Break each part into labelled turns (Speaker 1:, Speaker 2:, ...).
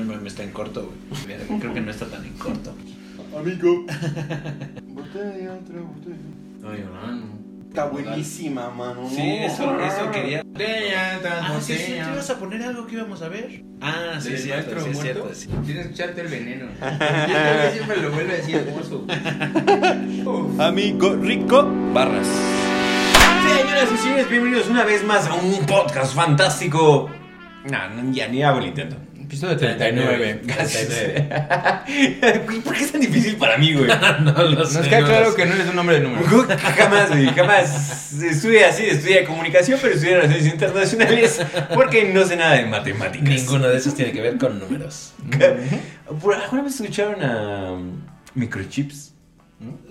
Speaker 1: mames, está en corto, güey. Verga, Creo que no está tan en corto.
Speaker 2: Amigo. botella, otra botella.
Speaker 3: No, yo no, no.
Speaker 2: Está buenísima, mano.
Speaker 1: Sí,
Speaker 2: No,
Speaker 1: eso,
Speaker 2: ah.
Speaker 1: eso quería.
Speaker 3: Botella, tras
Speaker 1: Ah, sí, sí,
Speaker 3: botella.
Speaker 1: tú ibas a poner algo que íbamos a ver. Ah, sí,
Speaker 3: Del
Speaker 1: es cierto,
Speaker 3: maestro
Speaker 1: sí, es
Speaker 3: muerto.
Speaker 1: cierto. sí.
Speaker 3: Tienes que echarte el veneno. Y este güey siempre lo vuelve así hermoso. Uf.
Speaker 4: Amigo rico, barras. Señoras y señores, bienvenidos una vez más a un podcast fantástico. Nah, no, ya ni hago el intento.
Speaker 3: Episodio
Speaker 4: Gracias. Güey, ¿Por qué es tan difícil para mí, güey?
Speaker 3: No lo
Speaker 5: Nos queda claro que no eres un hombre de números.
Speaker 4: Güey, Jamás, güey, jamás estudié así, estudié comunicación, pero estudié relaciones internacionales porque no sé nada de matemáticas.
Speaker 1: Ninguno de esos tiene que ver con números.
Speaker 4: ¿Por- ¿Alguna vez escucharon a um, microchips?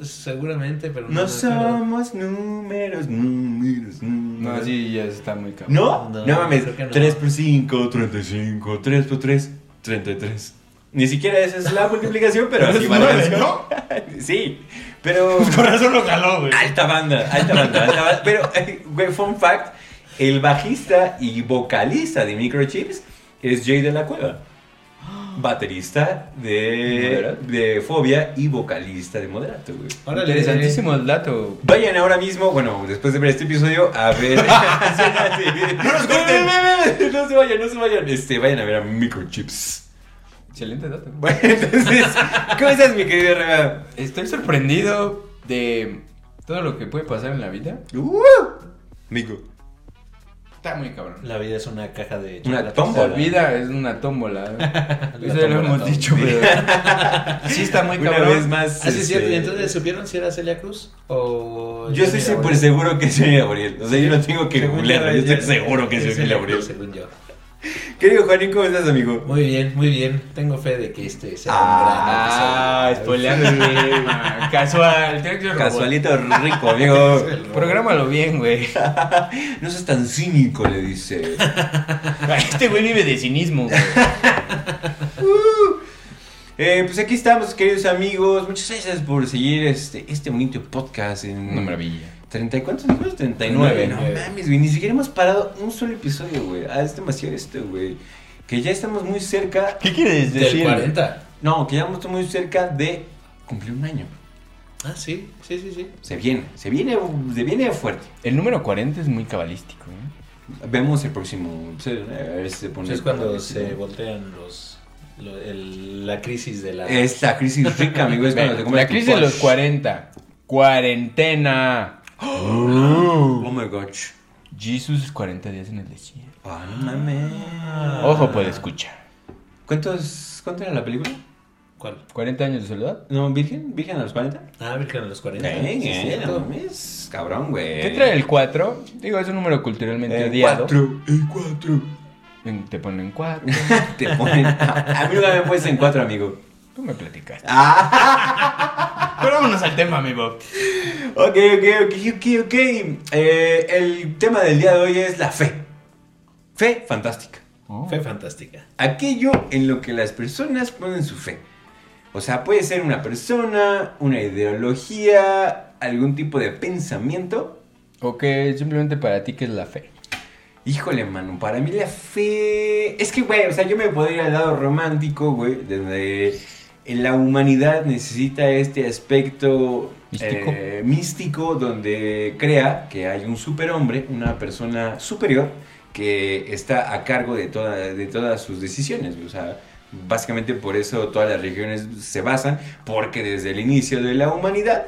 Speaker 1: Seguramente, pero no.
Speaker 4: No
Speaker 1: me acuerdo.
Speaker 4: somos números, números, números.
Speaker 5: No, sí, ya está muy cabrón.
Speaker 4: ¿No?
Speaker 1: No,
Speaker 4: No, mames.
Speaker 1: creo que no.
Speaker 4: 3 por 5, 35. 3 por 3, 33. Ni siquiera esa es la multiplicación, pero así va la canción. Sí, pero.
Speaker 5: Por eso lo caló, güey.
Speaker 4: Alta banda, alta banda, alta banda. Pero, eh, güey, fun fact: el bajista y vocalista de Microchips es Jay de la Cueva. Baterista de, de Fobia y vocalista de Moderato, güey.
Speaker 1: Órale.
Speaker 5: Interesantísimo el dato.
Speaker 4: Vayan ahora mismo, bueno, después de ver este episodio, a ver. ¡No nos corten! No se vayan, no se vayan. Este, vayan a ver a Microchips.
Speaker 5: Excelente dato.
Speaker 4: Bueno, entonces, ¿cómo estás, mi querido Reba?
Speaker 5: Estoy sorprendido de todo lo que puede pasar en la vida.
Speaker 4: ¡Uh! Mico.
Speaker 5: Está muy cabrón.
Speaker 1: La vida es una caja de
Speaker 4: Una
Speaker 1: chocolates.
Speaker 4: tómbola.
Speaker 5: La vida es una tómbola. Eso ya
Speaker 1: tómbola,
Speaker 5: lo hemos
Speaker 1: tómbola.
Speaker 5: dicho, pero. Sí, está muy
Speaker 4: Una
Speaker 5: cabrón.
Speaker 4: vez más.
Speaker 1: Ah, sí, es cierto.
Speaker 4: este,
Speaker 1: ¿Y entonces supieron si era Celia Cruz o.?
Speaker 4: Yo estoy
Speaker 1: Yasmina
Speaker 4: súper
Speaker 1: Gabriel?
Speaker 4: seguro que soy Gabriel. O sea, yo no tengo que
Speaker 1: Según
Speaker 4: googlearlo.
Speaker 1: yo,
Speaker 4: Yo estoy
Speaker 1: ya-
Speaker 4: seguro que soy
Speaker 1: es Celia
Speaker 4: Gabriel.
Speaker 1: Cruz, Según yo.
Speaker 4: Querido Juanín, ¿cómo estás, amigo?
Speaker 1: Muy bien, muy bien. Tengo fe de que este sea
Speaker 4: Ah,
Speaker 1: un gran episodio.
Speaker 5: spoileando, güey. Casual. tiene que ser robot.
Speaker 4: Casualito rico, amigo.
Speaker 5: Prográmalo bien, güey.
Speaker 4: No seas tan cínico, le dice.
Speaker 5: Este güey vive de cinismo, güey.
Speaker 4: Eh, pues aquí estamos, queridos amigos. Muchas gracias por seguir este, este bonito podcast en
Speaker 5: Una maravilla.
Speaker 4: ¿30 y cuántos amigos? 39. No
Speaker 1: Nueve.
Speaker 4: mames, güey. Ni siquiera hemos parado un solo episodio, güey. Ah, es demasiado esto, güey. Que ya estamos muy cerca.
Speaker 5: ¿Qué quieres
Speaker 1: Del 40.
Speaker 4: No, que ya estamos muy cerca de cumplir un año.
Speaker 1: Ah, sí, sí, sí, sí.
Speaker 4: Se viene, se viene, se viene fuerte.
Speaker 5: El número 40 es muy cabalístico, ¿eh?
Speaker 4: Vemos el próximo. episodio, ¿no? A ver si se pone.
Speaker 1: es cuando se voltean los. lo- el- la crisis de la.
Speaker 4: Es la crisis rica, amigo. Es cuando te comes
Speaker 5: La
Speaker 4: tu
Speaker 5: crisis de
Speaker 4: posh.
Speaker 5: los 40. Cuarentena.
Speaker 4: Oh my gosh.
Speaker 5: Jesus 40 días en el desierto.
Speaker 4: Ah, no mames.
Speaker 5: Ojo, pues. puede escuchar.
Speaker 4: ¿Cuántos, ¿Cuánto era la película?
Speaker 1: ¿Cuál?
Speaker 5: 40 años de soledad.
Speaker 4: No, Virgen, Virgen a los 40.
Speaker 1: Ah, Virgen de los 40.
Speaker 4: Eh,
Speaker 1: sí,
Speaker 4: eh,
Speaker 1: cierto.
Speaker 4: no mames, cabrón, güey.
Speaker 5: ¿Qué trae el 4? Digo, es un número culturalmente
Speaker 4: Eh. El
Speaker 5: odiado.
Speaker 4: 4, el 4.
Speaker 5: En- Te ponen 4.
Speaker 4: Te ponen. A mí nunca me puedes en 4, amigo.
Speaker 5: Tú me platicaste.
Speaker 4: Ah,
Speaker 5: Pero vámonos al tema, mi Bob.
Speaker 4: ok, ok, ok, ok, ok. Eh, el tema del día de hoy es la fe. Fe fantástica.
Speaker 1: Fue fantástica.
Speaker 4: Aquello en lo que las personas ponen su fe. O sea, puede ser una persona, una ideología, algún tipo de pensamiento.
Speaker 5: O que simplemente para ti, que es la fe?
Speaker 4: Híjole, mano, para mí la fe. Es que, güey, o sea, yo me puedo ir al lado romántico, güey, de donde la humanidad necesita este aspecto
Speaker 5: Místico.
Speaker 4: eh, místico, donde crea que hay un superhombre, una persona superior, que está a cargo de, toda- de todas sus decisiones, güey, o sea. Básicamente por eso todas las religiones se basan, porque desde el inicio de la humanidad,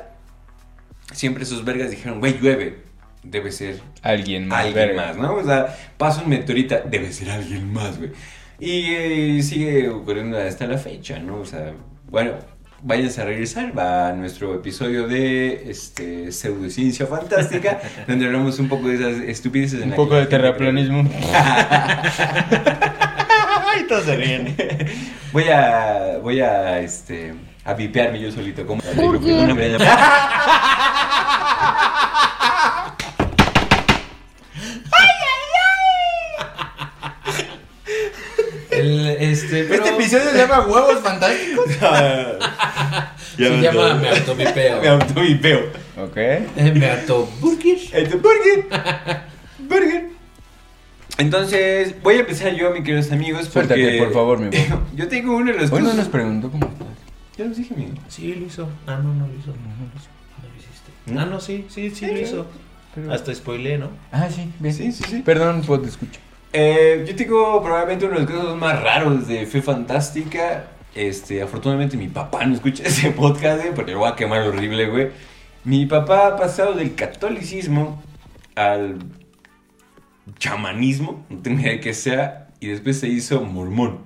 Speaker 4: siempre esos vergas dijeron, güey, llueve, debe ser
Speaker 5: Alguien más.
Speaker 4: alguien
Speaker 5: verga.
Speaker 4: más, ¿no? O sea, pasa un meteorita, debe ser alguien más, güey. Y eh, sigue ocurriendo hasta la fecha, ¿no? O sea, bueno, váyanse a regresar va a nuestro episodio de este, pseudociencia fantástica, donde hablamos un poco de esas estupideces. en
Speaker 5: Un
Speaker 4: la
Speaker 5: poco
Speaker 4: que
Speaker 5: de
Speaker 4: la gente
Speaker 5: terraplanismo. Ay, todo se ríen.
Speaker 4: cree. Voy a, voy a, este, a pipearme yo solito. Como Una breve-
Speaker 1: El, este, pero
Speaker 5: Este episodio se llama Huevos Fantásticos.
Speaker 1: se llama Me Autopipeo.
Speaker 4: Me autopipeo.
Speaker 5: Ok.
Speaker 1: Eh, Me Autoburger.
Speaker 4: Este, Burger. Burger. Entonces, voy a empezar yo, mis queridos amigos. Porque
Speaker 5: Suéltate, por favor, mi bro.
Speaker 4: Yo tengo uno de los
Speaker 5: Hoy no
Speaker 4: tus-
Speaker 5: nos preguntó cómo estás.
Speaker 4: Ya los dije, amigo.
Speaker 1: Sí, lo hizo. Ah, no, no lo hizo. No lo hiciste. Ah, no, sí, sí, sí lo hizo.
Speaker 5: Pero-
Speaker 1: Hasta spoilé, ¿no?
Speaker 5: Ah, sí, bien.
Speaker 4: Sí, sí, sí.
Speaker 5: Perdón, pues te escucho.
Speaker 4: Eh, yo tengo probablemente uno de los casos más raros de Fe Fantástica. Este, afortunadamente mi papá no escucha ese podcast, güey, porque lo voy a quemar horrible, güey. Mi papá ha pasado del catolicismo al chamanismo, no tengo idea de qué sea, y después se hizo mormón.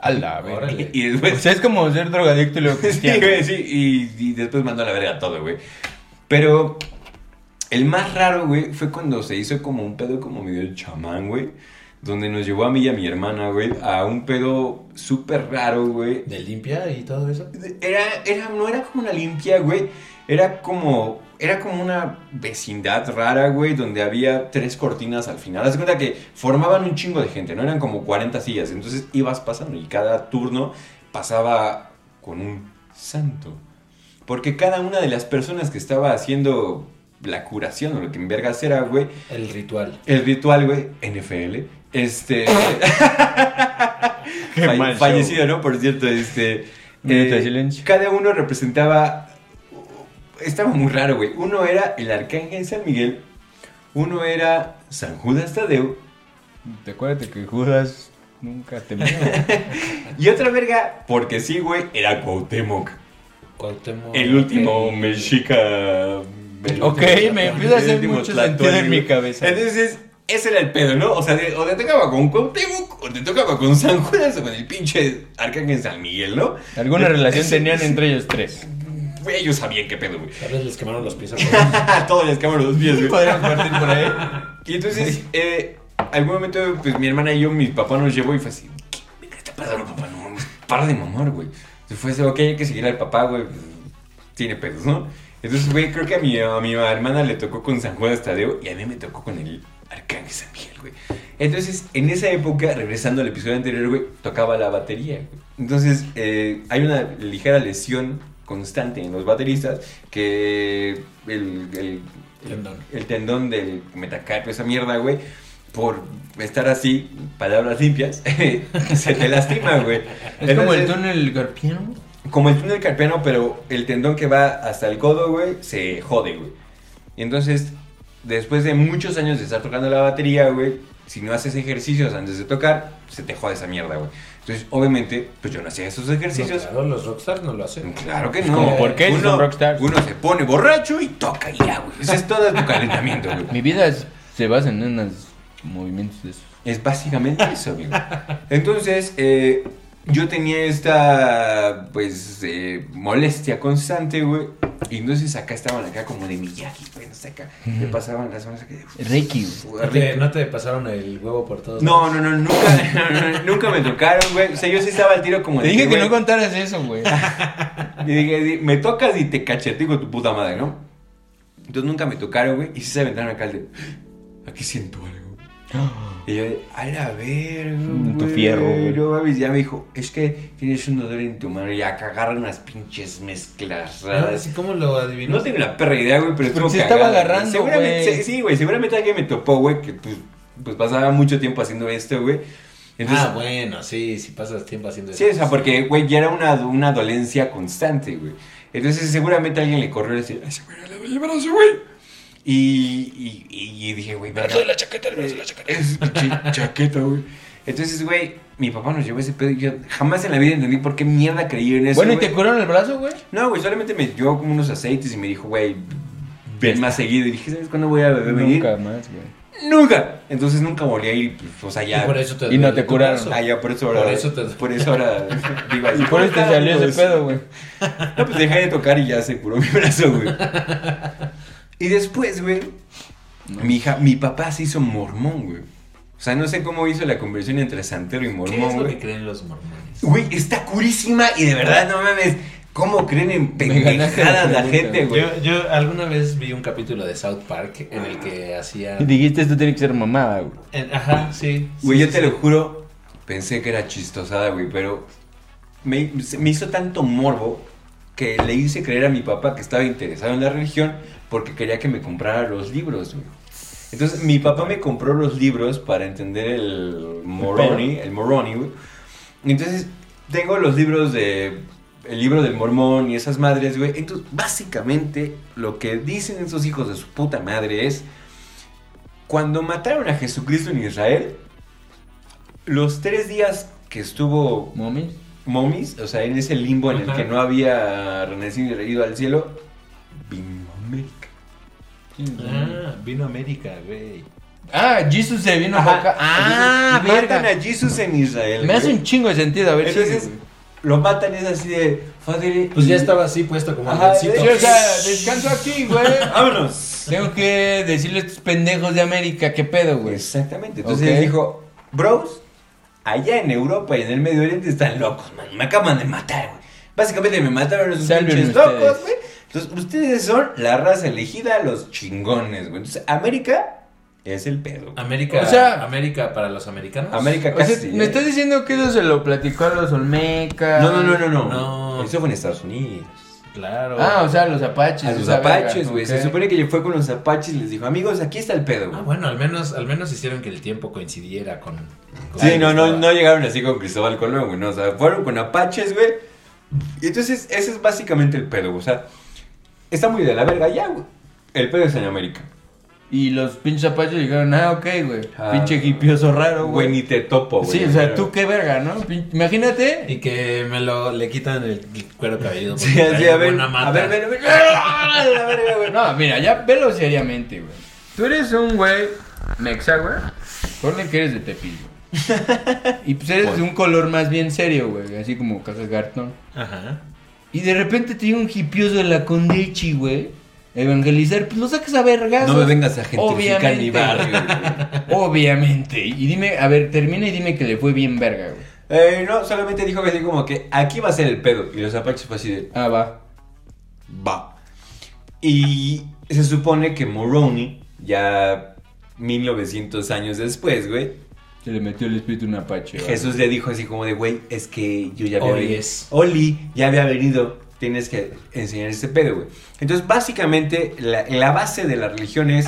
Speaker 5: A la verga.
Speaker 1: Órale.
Speaker 4: Y
Speaker 5: O
Speaker 4: después
Speaker 5: sea, es como ser drogadicto y luego
Speaker 4: Pues, Sí,
Speaker 5: cristiano.
Speaker 4: güey, sí, y, y después mandó a la verga todo, güey. Pero el más raro, güey, fue cuando se hizo como un pedo como medio el chamán, güey. Donde nos llevó a mí y a mi hermana, güey, a un pedo súper raro, güey.
Speaker 1: De limpia y todo eso.
Speaker 4: Era, era, no era como una limpia, güey. Era como, era como una vecindad rara, güey, donde había tres cortinas al final. Haz de cuenta que formaban un chingo de gente, ¿no? Eran como 40 sillas. Entonces ibas pasando y cada turno pasaba con un santo. Porque cada una de las personas que estaba haciendo la curación o lo que en vergas era, güey,
Speaker 1: El ritual.
Speaker 4: el ritual, güey, NFL, este...
Speaker 5: Qué
Speaker 4: Falle-
Speaker 5: mal show.
Speaker 4: fallecido, ¿no? Por cierto, este.
Speaker 5: Minuto de silencio.
Speaker 4: Cada uno representaba. Estaba muy raro, güey. Uno era el arcángel San Miguel. Uno era San Judas Tadeo.
Speaker 5: Te acuérdate que Judas nunca te miró.
Speaker 4: Y otra verga, porque sí, güey, era Cuauhtémoc.
Speaker 1: Cuauhtémoc.
Speaker 4: El último
Speaker 1: Ok.
Speaker 4: mexica. el
Speaker 5: ok,
Speaker 4: último
Speaker 5: me
Speaker 4: tlatoani,
Speaker 5: empieza a
Speaker 4: el
Speaker 5: hacer
Speaker 4: último
Speaker 5: mucho sentido en
Speaker 4: tlatoani,
Speaker 5: mi
Speaker 4: güey.
Speaker 5: cabeza.
Speaker 4: Entonces, ese era el pedo, ¿no? O sea, de- o te tocaba con Cuauhtémoc, o te tocaba con San Judas, o con el pinche arcángel San Miguel, ¿no?
Speaker 5: Alguna relación
Speaker 4: Sí,
Speaker 5: tenían
Speaker 4: sí.
Speaker 5: entre ellos tres.
Speaker 4: Güey, ellos sabían qué pedo, güey.
Speaker 1: Tal vez les quemaron los pies. a
Speaker 4: Todos les quemaron los pies, güey.
Speaker 5: Podrían partir por ahí.
Speaker 4: Y entonces, eh, algún momento, pues mi hermana y yo, mi papá nos llevó y fue así, ¿qué verga está pasando, papá? este No mames, para de mamar, güey. Entonces fue así, ok, hay que seguir al papá, güey, pues, tiene pedos, ¿no? Entonces, güey, creo que a mi, a mi hermana le tocó con San Juan de Tadeo y a mí me tocó con el Arcángel San Miguel, güey. Entonces, en esa época, regresando al episodio anterior, güey, tocaba la batería, güey. Entonces, eh, hay una ligera lesión constante en los bateristas que el- el
Speaker 1: Tendón.
Speaker 4: el tendón del metacarpio, esa mierda, güey, por estar así, palabras limpias, se te lastima, güey.
Speaker 5: Es como el
Speaker 4: Entonces,
Speaker 5: túnel garpiano.
Speaker 4: Como el túnel carpiano, pero el tendón que va hasta el codo, güey, se jode, güey. Y entonces, después de muchos años de estar tocando la batería, güey, si no haces ejercicios antes de tocar, se te jode esa mierda, güey. Entonces, obviamente, pues yo no hacía esos ejercicios.
Speaker 1: claro, los rockstars no lo hacen.
Speaker 4: Claro que
Speaker 5: Pues
Speaker 4: no.
Speaker 5: como, ¿por qué? Si
Speaker 4: Uno,
Speaker 5: son rockstars.
Speaker 4: uno se pone borracho y toca y ya, güey. Ese es todo tu calentamiento, güey.
Speaker 5: Mi vida es- se basa en unos movimientos de esos.
Speaker 4: Es básicamente eso, amigo. Entonces, eh, yo tenía esta, pues, eh, molestia constante, güey. Y entonces acá estaban acá como de Miyagi, güey, no sé, acá. Me pasaban las manos acá. de-
Speaker 5: Reiki,
Speaker 1: ¿No te, no te pasaron el huevo por todos
Speaker 4: No, no, no, nunca, no, no, nunca me tocaron, güey. O sea, yo sí estaba al tiro como
Speaker 5: Te
Speaker 4: de
Speaker 5: dije que
Speaker 4: güey,
Speaker 5: no contaras eso, güey.
Speaker 4: Y dije, di- me tocas y te cacheteo tu puta madre, ¿no? Entonces nunca me tocaron, güey. Y sí se aventaron acá al de, aquí siento algo. Y yo, de, a la verga,
Speaker 5: En Mm, tu
Speaker 4: güey".
Speaker 5: fierro, güey.
Speaker 4: No mames, ya me dijo, es que tienes un dolor en tu mano. Y a cagar unas pinches mezclas
Speaker 1: Ah,
Speaker 4: raras.
Speaker 1: sí, ¿Cómo lo Ah,
Speaker 4: No
Speaker 1: adivinó?
Speaker 4: tengo la perra idea, güey, pero
Speaker 5: Porque
Speaker 4: estuvo
Speaker 5: se estaba
Speaker 4: cagada,
Speaker 5: agarrando,
Speaker 4: Seguramente,
Speaker 5: güey.
Speaker 4: se- Sí, güey, seguramente alguien me topó, güey, que pues, pues pasaba mucho tiempo haciendo esto, güey. Entonces,
Speaker 1: Ah, bueno, sí, si pasas tiempo
Speaker 5: pues.
Speaker 1: haciendo eso.
Speaker 4: Sí, o sea, porque, güey, ya era una, una dolencia constante, güey. Entonces, seguramente alguien le corrió y decía, ¡ay, se güey, le doy el brazo, güey! Y, y, y dije, güey, verga. la chaqueta, el brazo la chaqueta. Eh, Es pinche chaqueta, güey. Entonces, güey, mi papá nos llevó ese pedo y yo jamás en la vida entendí por qué mierda creí en eso.
Speaker 5: Bueno, ¿y
Speaker 4: güey.
Speaker 5: te curaron el brazo, güey?
Speaker 4: No, güey, solamente me dio como unos aceites y me dijo, güey, ven más seguido. Y dije, ¿sabes cuándo voy a venir?
Speaker 5: Nunca más, güey.
Speaker 4: Nunca. Entonces nunca volví a ir, pues, o sea,
Speaker 1: Y
Speaker 4: ya.
Speaker 1: por eso te
Speaker 5: Y no te
Speaker 1: duele tu
Speaker 5: curaron.
Speaker 1: brazo.
Speaker 4: Ah, ya, por eso ahora.
Speaker 1: Por eso te-
Speaker 4: Por eso ahora. digo así,
Speaker 5: Y por eso te
Speaker 4: "Ah,
Speaker 5: salió
Speaker 4: pues".
Speaker 5: ese pedo, güey.
Speaker 4: No, pues dejé de tocar y ya se curó mi brazo, güey. Y después, güey, mi, hija, mi papá se hizo mormón, güey. O sea, no sé cómo hizo la conversión entre santero y
Speaker 1: ¿Qué es
Speaker 4: mormón,
Speaker 1: lo que
Speaker 4: güey.
Speaker 1: creen los mormones?
Speaker 4: Güey, está curísima y de verdad, no mames, ¿cómo creen en
Speaker 5: Me ganaste la
Speaker 4: pendejadas la
Speaker 5: pregunta,
Speaker 4: gente, güey?
Speaker 1: Yo, yo alguna vez vi un capítulo de South Park en el que hacía...
Speaker 5: Y dijiste, esto tiene que ser mamada, güey.
Speaker 1: en- Ajá, sí. sí,
Speaker 4: Güey, yo
Speaker 1: sí,
Speaker 4: te
Speaker 1: sí.
Speaker 4: lo juro, pensé que era chistosada, güey, pero me, se- me hizo tanto morbo que le hice creer a mi papá que estaba interesado en la religión porque quería que me comprara los libros, güey. Entonces, mi papá me compró los libros para entender el Moroni, el Moroni, güey. Entonces, tengo los libros de. El libro del mormón y esas madres, güey. Entonces, básicamente, lo que dicen esos hijos de su puta madre es. Cuando mataron a Jesucristo en Israel, los tres días que estuvo
Speaker 5: ¿Momis?
Speaker 4: Momis, o sea, en ese limbo en el
Speaker 1: Ajá.
Speaker 4: que no había renacido y ido al cielo, vino América.
Speaker 1: Ah, vino América, güey.
Speaker 5: Ah, Jesus se vino para acá.
Speaker 4: Ah,
Speaker 5: Jesus,
Speaker 4: matan a Jesús en Israel.
Speaker 5: Me hace
Speaker 4: güey.
Speaker 5: un chingo de sentido, a ver si.
Speaker 4: Entonces, lo matan es así de, padre.
Speaker 1: Pues ya estaba así puesto como
Speaker 4: Ajá,
Speaker 1: algodoncito.
Speaker 4: de
Speaker 5: Sí, o sea, descanso aquí, güey.
Speaker 4: Vámonos.
Speaker 5: Tengo que decirle a estos pendejos de América qué pedo, güey.
Speaker 4: Exactamente. Entonces
Speaker 5: Ok.
Speaker 4: él dijo, bros, allá en Europa y en el Medio Oriente están locos, man. Me acaban de matar, güey. Básicamente me mataron esos
Speaker 5: Salven
Speaker 4: pinches
Speaker 5: ustedes.
Speaker 4: locos, güey. Entonces, ustedes son la raza elegida, los chingones, güey. Entonces, América es el pedo. güey.
Speaker 1: América,
Speaker 5: O sea-
Speaker 1: América para los americanos.
Speaker 4: América
Speaker 5: O
Speaker 4: casi. eh.
Speaker 5: sea, me estás diciendo que eso se lo platicó a los Olmecas.
Speaker 4: No, no, no, no, no,
Speaker 1: No.
Speaker 4: Eso fue en Estados Unidos.
Speaker 1: Claro.
Speaker 5: Ah, o sea, los apaches.
Speaker 4: A los
Speaker 5: esa verga,
Speaker 4: apaches, güey. Se
Speaker 5: ok.
Speaker 4: supone que fue con los apaches y les dijo, amigos, aquí está el pedo,
Speaker 1: Ah,
Speaker 4: güey.
Speaker 1: bueno, al menos, al menos hicieron que el tiempo coincidiera con. con la
Speaker 4: Sí, no,
Speaker 1: historia.
Speaker 4: no, no llegaron así con Cristóbal Colón, güey, no, o sea, fueron con apaches, güey. Y entonces, ese es básicamente el pedo, güey, o sea, está muy de la verga ya, güey. El pedo es en América.
Speaker 5: Y los pinches apaches dijeron, ah, ok, güey.
Speaker 4: Ah.
Speaker 5: Pinche hipioso raro,
Speaker 4: Güey, ni te topo, güey.
Speaker 5: Sí, o sea,
Speaker 4: Pero-
Speaker 5: tú qué verga, ¿no? Pin- Imagínate.
Speaker 1: Y que me lo le quitan el cuero cabelludo. porque
Speaker 4: Sí, así,
Speaker 1: trae
Speaker 4: a ver,
Speaker 1: una mata.
Speaker 4: a ver, a ver, a ver. ¡Ah, la verga, güey!
Speaker 5: No, mira, ya velo seriamente, güey. Tú eres un güey mexa, güey. Ponle que eres de Tepil, güey. Y pues eres de un color más bien serio, güey. Así como caja de cartón.
Speaker 1: Ajá.
Speaker 5: Y de repente te llega un hipioso de la Condechi, güey. Evangelizar, pues lo sacas a vergas.
Speaker 4: No me vengas a gentrificar mi
Speaker 5: Obviamente.
Speaker 4: barrio, güey.
Speaker 5: Obviamente. Y dime, a ver, termina y dime que le fue bien verga, güey.
Speaker 4: Eh, no, solamente dijo que así como que aquí va a ser el pedo. Y los apaches fue así de,
Speaker 5: Ah, va.
Speaker 4: va. Y se supone que Moroni, ya 1900 años después, güey,
Speaker 5: Se le metió el espíritu un apache. güey.
Speaker 4: Jesús le dijo así como de, güey, es que yo ya había
Speaker 1: Oli
Speaker 4: venido.
Speaker 1: es.
Speaker 4: Oli ya había venido. Tienes que enseñar este pedo, güey. Entonces, básicamente, la, la base de la religión es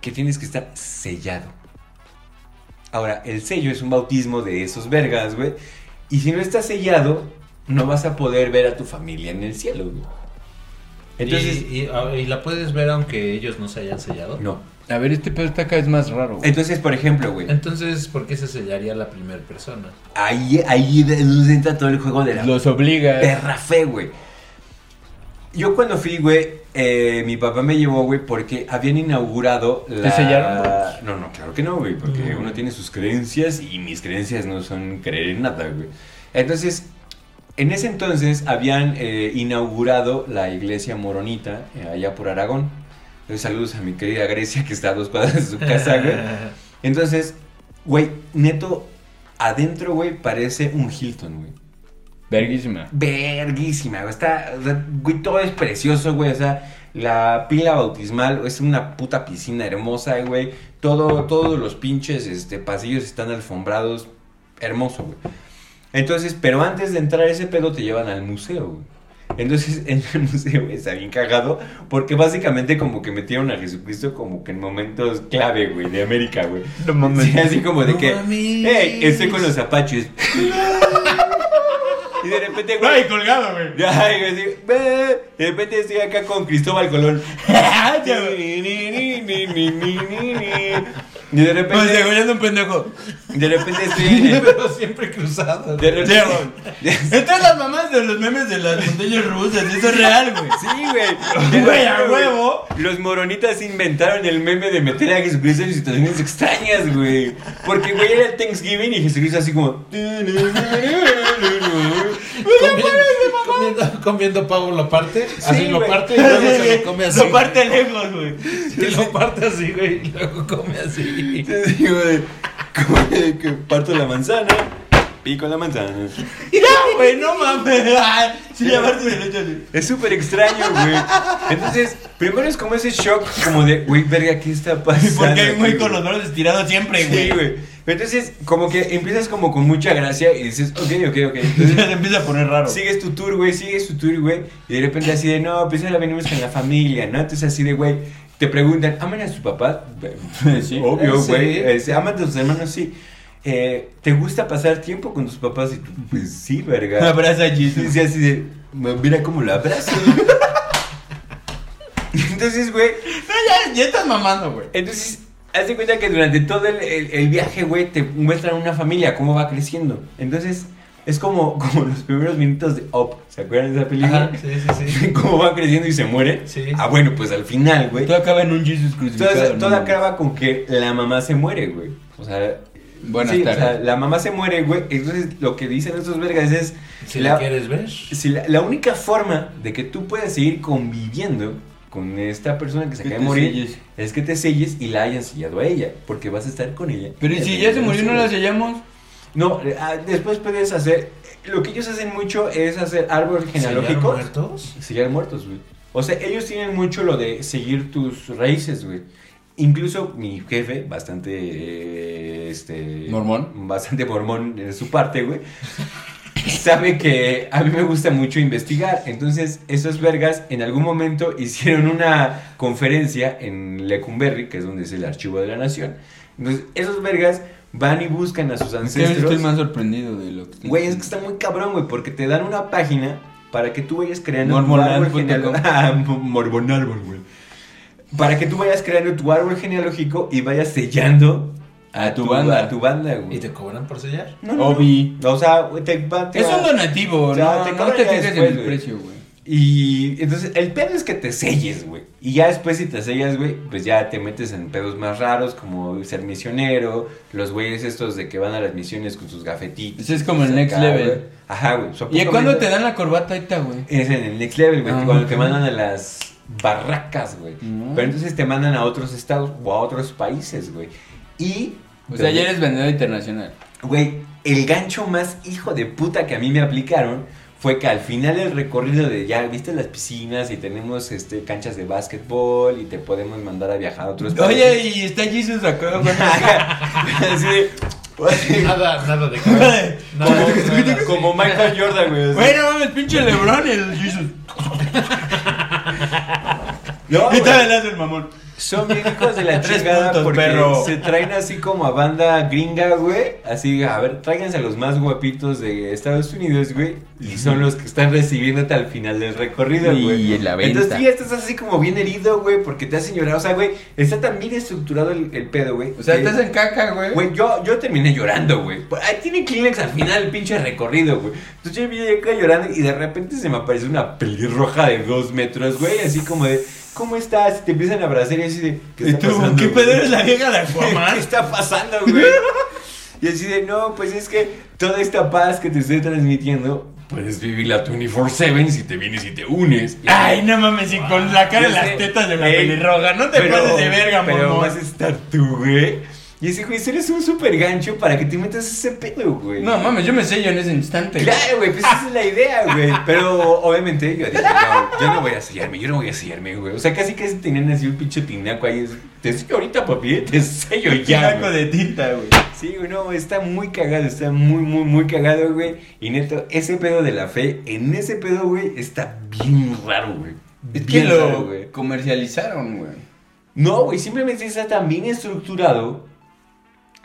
Speaker 4: que tienes que estar sellado. Ahora, el sello es un bautismo de esos vergas, güey. Y si no estás sellado, no vas a poder ver a tu familia en el cielo, güey. Entonces,
Speaker 1: ¿Y, y- a- y la puedes ver aunque ellos no se hayan sellado?
Speaker 4: no.
Speaker 5: A ver, este pedo está cada vez más raro, güey.
Speaker 4: Entonces, por ejemplo, güey,
Speaker 1: Entonces, ¿por qué se sellaría la primera persona?
Speaker 4: ahí, ahí entra todo el juego de la
Speaker 5: Los obliga.
Speaker 4: perra fe, güey. Yo cuando fui, güey, eh, mi papá me llevó, güey, porque habían inaugurado la...
Speaker 5: sellaron,
Speaker 4: No, no, claro que no, güey, porque uno tiene sus creencias y mis creencias no son creer en nada, güey. Entonces, en ese entonces habían eh, inaugurado la iglesia moronita eh, allá por Aragón. Eh, Saludos a mi querida Grecia que está a dos cuadras de su casa, güey. Entonces, güey, neto, adentro, güey, parece un Hilton, güey.
Speaker 5: Verguísima.
Speaker 4: Verguísima, güey. Está, o sea, güey, todo es precioso, güey. O sea, la pila bautismal es una puta piscina hermosa, güey. Todo, todos los pinches este, pasillos están alfombrados. Hermoso, güey. Entonces, pero antes de entrar a ese pedo te llevan al museo, güey. Entonces, en el museo güey, está bien cagado porque básicamente como que metieron a Jesucristo como que en momentos clave, güey, de América, güey.
Speaker 5: No
Speaker 4: Sí, así como de
Speaker 1: No
Speaker 4: que,
Speaker 1: mames.
Speaker 4: hey, estoy con los apaches. y de repente, güey,
Speaker 5: colgado, güey.
Speaker 4: Ay, güey, sí. Ve, De repente estoy acá con Cristóbal Colón. Y de
Speaker 5: Pues
Speaker 4: repente,
Speaker 5: degollando un pendejo.
Speaker 4: de repente estoy en el-
Speaker 1: Pero siempre cruzado.
Speaker 4: De repente,
Speaker 5: Estas las mamás de los memes de las montañas rusas, eso es real, güey.
Speaker 4: sí, güey.
Speaker 5: Güey, a huevo.
Speaker 4: Los moronitas inventaron el meme de meter a Jesucristo en situaciones extrañas, güey. Porque, güey, era el Thanksgiving y Jesucristo así como...
Speaker 1: Comiendo, comiendo, comiendo pavo lo parte, así lo
Speaker 4: güey.
Speaker 1: parte y luego se lo come así.
Speaker 5: Lo parte lejos, güey.
Speaker 1: Y lo parte así, güey, y luego come así.
Speaker 4: Te digo de, como de que parto la manzana, pico la manzana.
Speaker 5: No, güey, no mames. Ay, Sí, aparte de leche. así.
Speaker 4: Es súper extraño, güey. Entonces, primero es como ese shock, como de, güey, verga, ¿qué está
Speaker 5: Y
Speaker 4: pasando?
Speaker 5: Porque hay un güey
Speaker 4: aquí,
Speaker 5: con los
Speaker 4: güey?"
Speaker 5: brazos estirados siempre,
Speaker 4: Sí,
Speaker 5: güey.
Speaker 4: güey. Pero entonces, como que empiezas como con mucha gracia y dices, ok, ok, ok. Entonces,
Speaker 5: Se empieza a poner raro.
Speaker 4: Sigues tu tour, güey, sigues tu tour, güey. Y de repente así de, no, pues ahora venimos con la familia, ¿no? Entonces así de, güey, te preguntan, ¿aman a sus papás? Sí, obvio,
Speaker 5: Sí.
Speaker 4: güey. Eh, sí, ¿Aman a tus hermanos? Sí. Eh, ¿Te gusta pasar tiempo con tus papás? Y tú, pues sí, verga.
Speaker 5: Abraza a Jesus.
Speaker 4: Sí, sí, así de, mira cómo la abrazo. Entonces, güey,
Speaker 5: No, ya, ya estás mamando, güey.
Speaker 4: entonces, haz de cuenta que durante todo el, el- el viaje, güey, te muestran una familia, cómo va creciendo. Entonces, es como, como los primeros minutos de Up. ¿Se acuerdan de esa película?
Speaker 1: Ajá, sí, sí, sí.
Speaker 4: cómo va creciendo y se muere.
Speaker 1: Sí.
Speaker 4: Ah, bueno, pues al final, güey.
Speaker 5: Todo acaba en un Jesus crucificado.
Speaker 4: Entonces,
Speaker 5: ¿no?
Speaker 4: todo acaba con que la mamá se muere, güey. O sea.
Speaker 5: Buenas
Speaker 4: sí, o
Speaker 5: tardes.
Speaker 4: sea, la mamá se muere, güey. Entonces, lo que dicen estos vergas es.
Speaker 1: Si
Speaker 4: la-
Speaker 1: la quieres ver.
Speaker 4: si la, la única forma de que tú puedas seguir conviviendo con esta persona que se acaba de morir es que te selles y la hayan sellado a ella, porque vas a estar con ella.
Speaker 5: Pero ¿y si ya se murió, no la sellamos.
Speaker 4: No, eh, ah, después puedes hacer. Lo que ellos hacen mucho es hacer árbol
Speaker 1: ¿Sellar
Speaker 4: genealógico.
Speaker 1: muertos?
Speaker 4: Sellar muertos, güey. O sea, ellos tienen mucho lo de seguir tus raíces, güey. Incluso mi jefe, bastante. eh, este.
Speaker 5: Mormón.
Speaker 4: Bastante mormón de su parte, güey. Sabe que a mí me gusta mucho investigar. Entonces, esos vergas en algún momento hicieron una conferencia en Lecumberri, que es donde es el archivo de la nación. Entonces, esos vergas van y buscan a sus
Speaker 5: Es que estoy
Speaker 4: ancestros.
Speaker 5: más sorprendido de lo que estoy
Speaker 4: Güey, es que
Speaker 5: diciendo.
Speaker 4: está muy cabrón, güey, porque te dan una página para que tú vayas creando
Speaker 5: Mormonal
Speaker 4: tu árbol Ah,
Speaker 5: punto com.
Speaker 4: genealógico. güey. Para que tú vayas creando tu árbol genealógico y vayas sellando
Speaker 5: A tu banda.
Speaker 4: A tu banda, güey.
Speaker 1: ¿Y te cobran por sellar?
Speaker 4: No, no,
Speaker 5: Obi.
Speaker 4: no. O sea, güey, te va- te
Speaker 5: Es
Speaker 4: va-
Speaker 5: un donativo,
Speaker 4: O sea,
Speaker 5: no,
Speaker 4: te
Speaker 5: no
Speaker 4: cobran
Speaker 5: te
Speaker 4: ya
Speaker 5: fijes en
Speaker 4: después,
Speaker 5: el
Speaker 4: güey.
Speaker 5: precio, güey.
Speaker 4: Y entonces el pedo es que te selles, güey. Y ya después si te sellas, güey, pues ya te metes en pedos más raros como ser misionero, los güeyes estos de que van a las misiones con sus gafetitos.
Speaker 5: Ese es como el
Speaker 4: acá,
Speaker 5: next level.
Speaker 4: güey. Ajá, güey. O sea,
Speaker 5: ¿Y cuándo
Speaker 4: poco-
Speaker 5: te dan la corbata ahorita, güey?
Speaker 4: Es en el next level, güey.
Speaker 5: Ah,
Speaker 4: cuando
Speaker 5: ok.
Speaker 4: te mandan a las barracas, güey.
Speaker 5: Mm.
Speaker 4: Pero entonces te mandan a otros estados o a otros países, güey. Y.
Speaker 5: O sea, ya eres vendedor internacional.
Speaker 4: Güey, el gancho más hijo de puta que a mí me aplicaron fue que al final el recorrido de ya viste las piscinas y tenemos este canchas de básquetbol y te podemos mandar a viajar a otros
Speaker 5: Oye, y está Jesus acá, güey.
Speaker 4: Así de-
Speaker 1: Nada, nada de cobrar. Nada, nada, sí.
Speaker 4: como Michael Jordan, güey. así.
Speaker 5: Bueno, mames, pinche Lebron, el Jesus. Y
Speaker 4: No, güey.
Speaker 5: también le hace el mamón.
Speaker 4: Son bien hijos de la
Speaker 5: Tres
Speaker 4: chingada
Speaker 5: puntos,
Speaker 4: porque
Speaker 5: perro.
Speaker 4: se traen así como a banda gringa, güey. Así, a ver, tráiganse a los más guapitos de Estados Unidos, güey. Y son los que están recibiéndote al final del recorrido,
Speaker 5: Y
Speaker 4: güey.
Speaker 5: en la venta.
Speaker 4: Entonces tú ya estás así como bien herido, güey, porque te hacen llorar. O sea, güey, está tan bien estructurado el, el pedo, güey.
Speaker 5: O sea,
Speaker 4: que-
Speaker 5: estás en caca, güey.
Speaker 4: Güey, yo, yo terminé llorando, güey. Por- Ahí tiene Kleenex al final el pinche recorrido, güey. Entonces yo vine acá llorando y de repente se me aparece una pelirroja de dos metros, güey. Así como de, ¿cómo estás? Y te empiezan a abrazar y así de, ¿qué
Speaker 5: ¿Y
Speaker 4: está
Speaker 5: tú?
Speaker 4: pasando?
Speaker 5: ¿Qué
Speaker 4: güey?
Speaker 5: pedo eres la vieja de Aquaman?
Speaker 4: ¿Qué está pasando, güey? Y así de, no, pues es que toda esta paz que te estoy transmitiendo, puedes vivirla 24-7 si te vienes y te unes.
Speaker 5: Ay, no mames, y con la cara
Speaker 4: Yo
Speaker 5: en las
Speaker 4: sé.
Speaker 5: tetas de la
Speaker 4: Ey,
Speaker 5: pelirroja. No te pases de verga,
Speaker 4: pero
Speaker 5: mamón.
Speaker 4: vas a estar tú, güey. Y ese güey, eres un super gancho para que te metas ese pedo, güey.
Speaker 5: No mames, yo me sello en ese instante.
Speaker 4: Claro, güey, pues esa es la idea, güey. Pero obviamente yo dije, no, yo no voy a sellarme, yo no voy a sellarme, güey. O sea, casi casi tenían así un pinche tinaco ahí. es, Te sello ahorita, papi, ¿eh? te sello ya.
Speaker 5: Chaco
Speaker 4: güey".
Speaker 5: de tinta, güey.
Speaker 4: Sí, güey, no, está muy cagado, está muy, muy, muy cagado, güey. Y neto, ese pedo de la fe, en ese pedo, güey, está bien raro, güey.
Speaker 5: Es que
Speaker 4: Bien
Speaker 5: lo
Speaker 4: raro, güey.
Speaker 5: comercializaron, güey.
Speaker 4: No, güey, simplemente está tan bien estructurado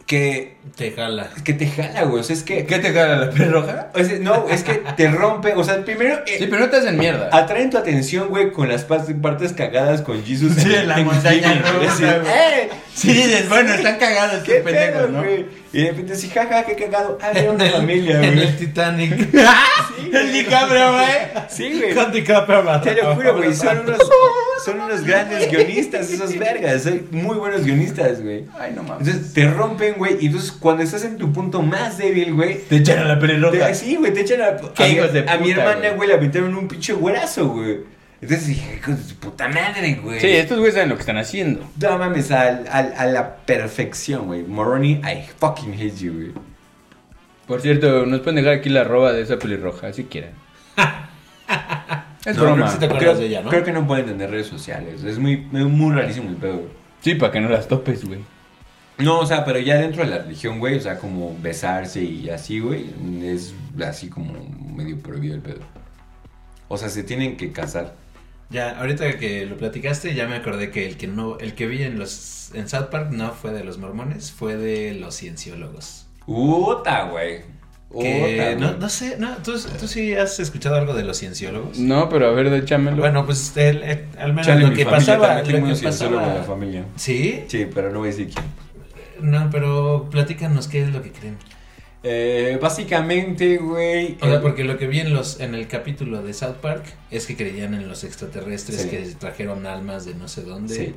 Speaker 4: que,
Speaker 1: Te jala.
Speaker 4: que te jala, güey. O sea, es que.
Speaker 5: ¿Qué te jala la pelirroja?
Speaker 4: o sea, no, es que te rompe. O sea, primero. eh, Ah,
Speaker 5: Sí, pero no te hacen mierda.
Speaker 4: Atraen tu atención, güey, con las pas- partes cagadas con Jesus.
Speaker 5: Sí,
Speaker 4: en
Speaker 5: la
Speaker 4: Thanksgiving,
Speaker 5: montaña
Speaker 4: güey.
Speaker 5: rusa,
Speaker 4: Así,
Speaker 5: güey.
Speaker 4: ¡Eh!
Speaker 5: Sí, dices, bueno, están cagados
Speaker 4: ¡Qué
Speaker 5: estos
Speaker 4: pedo,
Speaker 5: pendejos, ¿no?
Speaker 4: güey! Y de repente así, jaja, qué cagado. Ah, era una familia,
Speaker 1: En
Speaker 4: güey.
Speaker 1: el Titanic.
Speaker 4: Sí,
Speaker 5: El DiCaprio, güey.
Speaker 4: Sí, güey.
Speaker 1: ah,
Speaker 5: DiCaprio, va.
Speaker 4: Te lo juro, güey. Son unos, son unos grandes guionistas, esos vergas. Son muy buenos guionistas, güey.
Speaker 5: Ay, no mames.
Speaker 4: Entonces te rompen, güey. Y entonces cuando estás en tu punto más débil, güey.
Speaker 5: Te echan a la pelirroja.
Speaker 4: Te, sí, güey, te echan a.
Speaker 5: Qué
Speaker 4: a, mi-
Speaker 5: hijos de
Speaker 4: a mi
Speaker 5: puta,
Speaker 4: hermana,
Speaker 5: güey.
Speaker 4: güey, le aventaron un pinche güerazo, güey. Entonces dije, hijos de su puta madre, güey.
Speaker 5: Sí, estos güeyes saben lo que están haciendo.
Speaker 4: No mames, al, al- a la perfección, güey. Moroni, I fucking hate you, güey.
Speaker 5: Por cierto, nos pueden dejar aquí la arroba de esa pelirroja, si quieren. es
Speaker 4: No,
Speaker 5: broma.
Speaker 4: creo que
Speaker 5: Sí,
Speaker 4: sí
Speaker 1: te acuerdas
Speaker 4: creo,
Speaker 1: de ella, ¿no?
Speaker 4: creo que no pueden tener redes sociales. Es muy, muy rarísimo el pedo, güey.
Speaker 5: para que no las topes, güey.
Speaker 4: No, o sea, pero ya dentro de la religión, güey, o sea, como besarse y así, güey, es así como medio prohibido el pedo. O sea, se tienen que casar.
Speaker 1: Ya, ahorita que lo platicaste, ya me acordé que el que no, el que vi en los en South Park no fue de los mormones, fue de los cienciólogos.
Speaker 4: Uta, güey.
Speaker 1: Que,
Speaker 4: Uta,
Speaker 1: no,
Speaker 4: güey.
Speaker 1: no sé, no, ¿tú, tú sí has escuchado algo de los cienciólogos.
Speaker 5: No, pero a ver, échamelo.
Speaker 1: Bueno, pues el- el- al menos
Speaker 4: Chale,
Speaker 1: lo
Speaker 4: mi
Speaker 1: que
Speaker 4: familia
Speaker 1: pasaba,
Speaker 4: también tiene
Speaker 1: lo
Speaker 4: un
Speaker 1: que
Speaker 4: cienciólogo en la
Speaker 1: pasaba.
Speaker 4: familia.
Speaker 1: ¿Sí?
Speaker 4: Sí, pero no voy a decir quién.
Speaker 1: No, pero platícanos qué es lo que creen.
Speaker 4: Eh, básicamente, güey.
Speaker 1: O sea,
Speaker 4: eh,
Speaker 1: porque lo que vi en los en el capítulo de South Park es que creían en los extraterrestres
Speaker 4: Sí.
Speaker 1: que trajeron almas de no sé dónde
Speaker 4: Sí.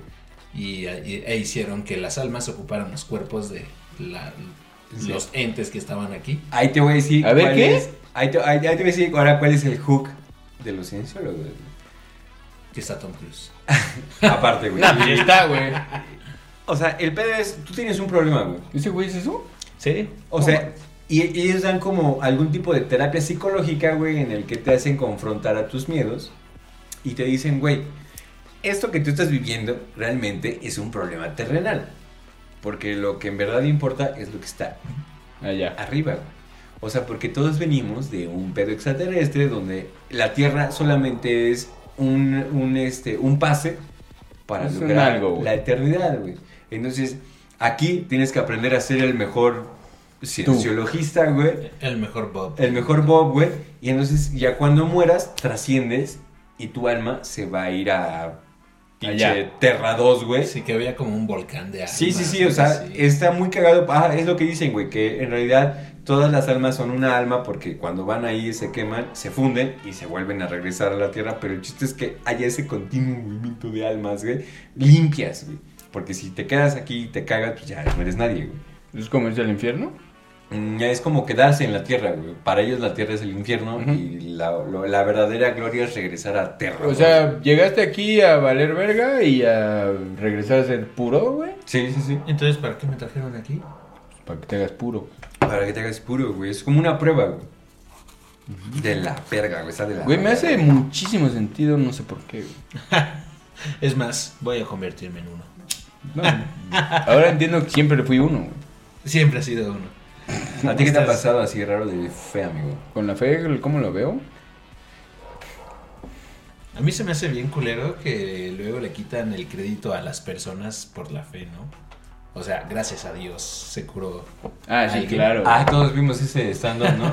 Speaker 1: y, y- e hicieron que las almas ocuparan los cuerpos de la-
Speaker 4: Sí.
Speaker 1: los entes que estaban aquí.
Speaker 4: Ahí te voy a decir.
Speaker 5: A ver,
Speaker 4: cuál
Speaker 5: ¿qué?
Speaker 4: es- ahí, te, ahí- ahí te voy a decir ahora cuál es el hook de los cienciólogos. güey.
Speaker 1: Que está Tom Cruise.
Speaker 4: Aparte, güey.
Speaker 5: Nah, ahí está, güey.
Speaker 4: O sea, el pedo es. Tú tienes un problema, güey.
Speaker 5: ¿Ese güey es eso?
Speaker 1: Sí.
Speaker 4: O sea, y y ellos dan como algún tipo de terapia psicológica, güey, en el que te hacen confrontar a tus miedos y te dicen, güey, esto que tú estás viviendo realmente es un problema terrenal. Porque lo que en verdad importa es lo que está
Speaker 5: Allá.
Speaker 4: arriba, güey. O sea, porque todos venimos de un pedo extraterrestre donde la Tierra solamente es un, un, este, un pase para
Speaker 5: Es un
Speaker 4: lograr
Speaker 5: algo, güey.
Speaker 4: la eternidad, güey. Entonces, aquí tienes que aprender a ser el mejor cienciologista, güey.
Speaker 1: El mejor Bob.
Speaker 4: El mejor Bob, güey. Y entonces, ya cuando mueras, trasciendes y tu alma se va a ir a pinche
Speaker 5: Allá.
Speaker 4: Terra 2, güey.
Speaker 1: Sí, que había como un volcán de almas.
Speaker 4: Sí, sí, sí,
Speaker 1: ¿no?
Speaker 4: o sea,
Speaker 1: Sí.
Speaker 4: está muy cagado. Ah, es lo que dicen, güey, que en realidad todas las almas son una alma porque cuando van ahí se queman, se funden y se vuelven a regresar a la tierra. Pero el chiste es que haya ese continuo movimiento de almas, güey, limpias, güey. Porque si te quedas aquí y te cagas, pues ya no eres nadie, güey.
Speaker 5: ¿Es como irse al infierno?
Speaker 4: Mm, Ya es como quedarse en la tierra, güey. Para ellos la tierra es el infierno
Speaker 5: Ujú.
Speaker 4: y la, lo- la verdadera gloria es regresar a tierra.
Speaker 5: O sea, llegaste aquí a valer verga y a regresar a ser puro, güey.
Speaker 4: Sí, sí, sí.
Speaker 1: Entonces, ¿para qué me trajeron aquí?
Speaker 5: Para que te hagas puro.
Speaker 4: Para que te hagas puro, güey. Es como una prueba, güey. De la perga, güey. Está de la
Speaker 5: Güey, me
Speaker 4: verga.
Speaker 5: hace muchísimo sentido, no sé por qué, güey.
Speaker 1: Es más, voy a convertirme en uno.
Speaker 5: No, ahora entiendo que siempre fui uno, güey.
Speaker 1: Siempre ha sido uno.
Speaker 4: ¿A ti qué te ha
Speaker 1: Estás-
Speaker 4: pasado así raro de fe, amigo?
Speaker 5: Con la fe, ¿cómo lo veo?
Speaker 1: A mí se me hace bien culero que luego le quitan el crédito a las personas por la fe, ¿no? O sea, gracias a Dios se curó.
Speaker 5: Ah, sí,
Speaker 1: Alguien-
Speaker 5: claro.
Speaker 4: Ah, todos vimos ese stand-up, ¿no?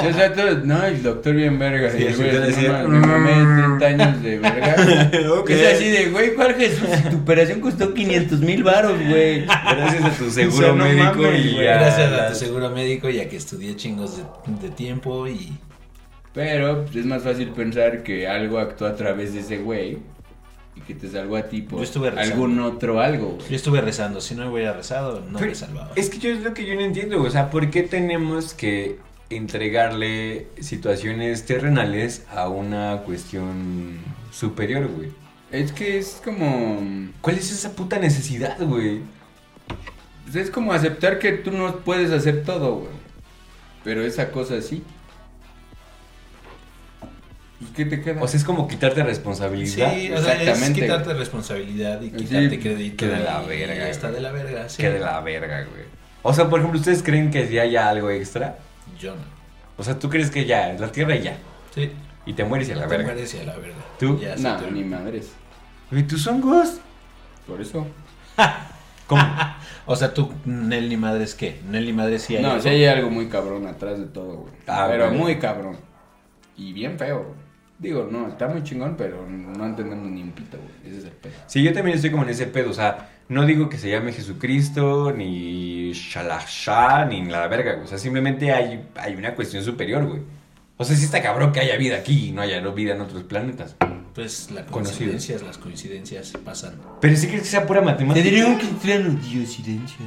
Speaker 5: Sí, o sea, todo- no, el doctor bien verga.
Speaker 4: Sí,
Speaker 5: y el
Speaker 4: el
Speaker 5: güey
Speaker 4: doctor
Speaker 5: así,
Speaker 4: decía, "Mm".
Speaker 5: no, mames, me mamé 30 años de verga.
Speaker 4: Ok.
Speaker 5: Es así de, güey, ¿cuál Jesús? Si tu operación costó 500 mil varos, güey.
Speaker 4: Gracias a tu
Speaker 5: O sea,
Speaker 4: seguro
Speaker 5: no
Speaker 4: médico
Speaker 5: mames,
Speaker 4: y
Speaker 5: güey.
Speaker 4: a...
Speaker 1: Gracias a tu
Speaker 4: las-
Speaker 1: seguro médico y a que estudié chingos de, de tiempo y...
Speaker 5: Pero pues, es más fácil pensar que algo actuó a través de ese güey y que te salvó a ti por
Speaker 1: Yo estuve rezando.
Speaker 5: algún otro algo, güey.
Speaker 1: Yo estuve rezando, si no hubiera rezado, no
Speaker 4: Pero
Speaker 1: me salvaba.
Speaker 4: Es que yo es lo que yo no entiendo, güey. o sea, ¿por qué tenemos que entregarle situaciones terrenales a una cuestión superior, güey?
Speaker 5: Es que es como.
Speaker 4: ¿Cuál es esa puta necesidad, güey?
Speaker 5: pues, es como aceptar que tú no puedes hacer todo, güey. Pero esa cosa sí. Pues, ¿Qué te queda?
Speaker 4: O sea, es como quitarte
Speaker 1: Sí,
Speaker 4: responsabilidad.
Speaker 1: o sea, es
Speaker 5: Exactamente,
Speaker 1: quitarte responsabilidad y
Speaker 5: Sí,
Speaker 1: quitarte crédito.
Speaker 4: que de la
Speaker 1: y-
Speaker 4: verga,
Speaker 1: y está
Speaker 4: güey.
Speaker 1: de la verga, sí.
Speaker 4: Que de la verga, güey. O sea, por ejemplo, ¿ustedes creen que ya haya algo extra?
Speaker 1: Yo no.
Speaker 4: O sea, ¿tú crees que ya, la tierra ya?
Speaker 1: Sí.
Speaker 4: Y te mueres y a la
Speaker 1: te
Speaker 4: verga.
Speaker 1: mueres y a la verga.
Speaker 4: ¿Tú?
Speaker 1: Ya, sí,
Speaker 5: no,
Speaker 1: tú-
Speaker 5: ni madres.
Speaker 4: ¿Y tus hongos?
Speaker 5: Por eso.
Speaker 4: ¿Cómo?
Speaker 1: O sea, tú, Nelly Madres, ¿qué? Nelly Madres sí hay
Speaker 5: no,
Speaker 1: algo.
Speaker 5: sí hay algo muy cabrón atrás de todo, güey.
Speaker 4: Ah,
Speaker 5: pero
Speaker 4: güey.
Speaker 5: muy cabrón. Y bien feo, güey. Digo, no, está muy chingón, pero no entendemos ni un pito, güey. Ese es el pedo.
Speaker 4: Sí, yo también estoy como en ese pedo. O sea, no digo que se llame Jesucristo, ni Shalashá, ni la verga, güey. O sea, simplemente hay, hay una cuestión superior, güey. O sea, sí está cabrón que haya vida aquí y no haya no vida en otros planetas.
Speaker 1: Pues las
Speaker 4: Conocido.
Speaker 1: coincidencias, las coincidencias pasan.
Speaker 4: Pero sí crees que sea pura matemática.
Speaker 5: que entrar los diosidencias.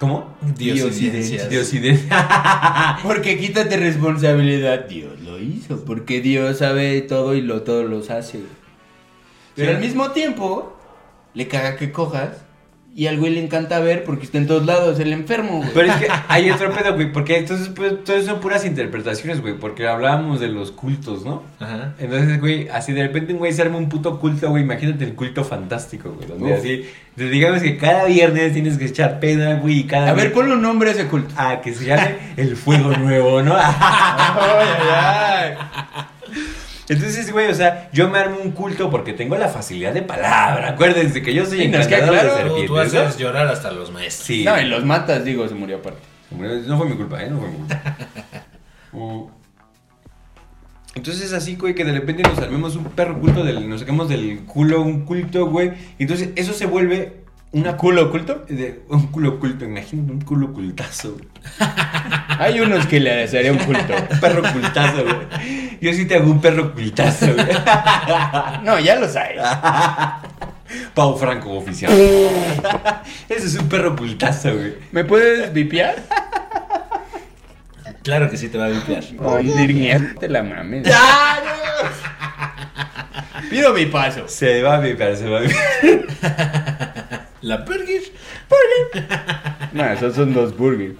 Speaker 4: ¿Cómo?
Speaker 1: Diosidencias.
Speaker 4: Diosidencia.
Speaker 5: Ah, Porque quítate responsabilidad. Dios lo hizo. Porque Dios sabe todo y lo, todo los hace. güey. Pero
Speaker 4: Sí.
Speaker 5: al mismo tiempo, le caga que cojas Y al güey le encanta ver porque está en todos lados, el enfermo, güey.
Speaker 4: Pero es que hay otro pedo, güey, porque entonces pues, todo eso son puras interpretaciones, güey, porque hablábamos de los cultos, ¿no?
Speaker 1: Ajá.
Speaker 4: Entonces, güey, así de repente un güey se arma un puto culto, güey, imagínate el culto fantástico, güey, donde
Speaker 1: Uf.
Speaker 4: así, entonces, digamos que cada viernes tienes que echar peda, güey, y cada
Speaker 5: A ver, ponle un nombre a ese culto.
Speaker 4: Ah, que se llame el fuego nuevo, ¿no? Entonces, güey, o sea, yo me armo un culto porque tengo la facilidad de palabra. Acuérdense que yo soy
Speaker 5: Sí, nos queda
Speaker 4: encantador de
Speaker 5: claro.
Speaker 1: Tú, tú
Speaker 4: serpientes.
Speaker 1: haces
Speaker 4: ¿no?
Speaker 1: llorar hasta los maestros.
Speaker 4: Sí.
Speaker 5: No, y los matas, digo, se murió aparte.
Speaker 4: Hombre, No fue mi culpa, ¿eh? No fue mi culpa. Uh, Entonces así, güey, que de repente nos armemos un perro culto, del, nos sacamos del culo un culto, güey. Entonces eso se vuelve una... ¿Culo oculto? De, un culo oculto, imagínate, un culo cultazo, güey.
Speaker 5: Hay unos que le desearía un culto.
Speaker 4: Un perro cultazo, güey. Yo sí te hago un perro cultazo, güey.
Speaker 5: No, ya los hay.
Speaker 4: Pau Franco oficial. Ese es un perro cultazo, güey.
Speaker 5: ¿Me puedes vipiar?
Speaker 1: Claro que sí te va a limpiar.
Speaker 5: Oye, te la mames. Pido mi paso.
Speaker 4: Se va a vipear, se va a vipear.
Speaker 1: La Burger.
Speaker 5: No, esos son los burgers.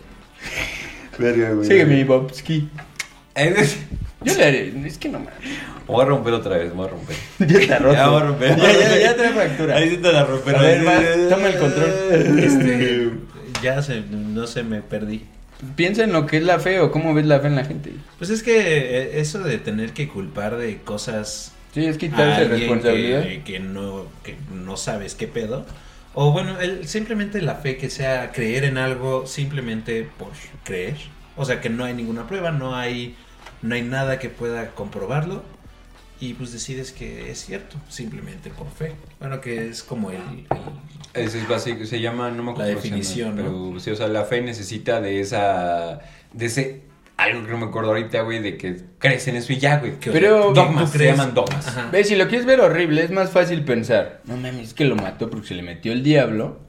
Speaker 2: Verga, güey.
Speaker 5: Sigue mi Bobski.
Speaker 4: Entonces,
Speaker 5: Yo le haré. Es que no mames.
Speaker 4: me voy a romper otra vez, me voy a romper.
Speaker 5: Ya está roto.
Speaker 4: Ya voy a romper.
Speaker 5: Ya, ya, ya trae fractura.
Speaker 4: Ahí sí te la romper.
Speaker 5: A ver, va, toma el control.
Speaker 1: Este, ya se, no se me perdí.
Speaker 5: Piensa en lo que es la fe o cómo ves la fe en la gente.
Speaker 1: Pues es que eh, eso de tener que culpar de cosas
Speaker 5: Sí, es
Speaker 1: a
Speaker 5: quitarse
Speaker 1: alguien
Speaker 5: responsabilidad.
Speaker 1: que, que no, que no sabes qué pedo. O bueno, el- simplemente la fe que sea creer en algo simplemente por creer. O sea que no hay ninguna prueba, no hay, no hay nada que pueda comprobarlo. Y pues decides que es cierto, simplemente por fe. Bueno, que es como el... el-
Speaker 4: Eso es básico, se llama, no me acuerdo.
Speaker 1: La
Speaker 4: cómo se
Speaker 1: definición,
Speaker 4: llama,
Speaker 1: ¿no?
Speaker 4: Pero sí, o sea, la fe necesita de esa. de ese. algo que no me acuerdo ahorita, güey, de que crees en eso y ya, güey.
Speaker 1: que-
Speaker 5: Pero-
Speaker 4: Dogmas,
Speaker 1: ¿tú
Speaker 4: se
Speaker 1: crees?
Speaker 4: llaman dogmas.
Speaker 1: Ajá.
Speaker 5: Ve, si lo quieres ver horrible, es más fácil pensar. No mames, es que lo mató porque se le metió el diablo.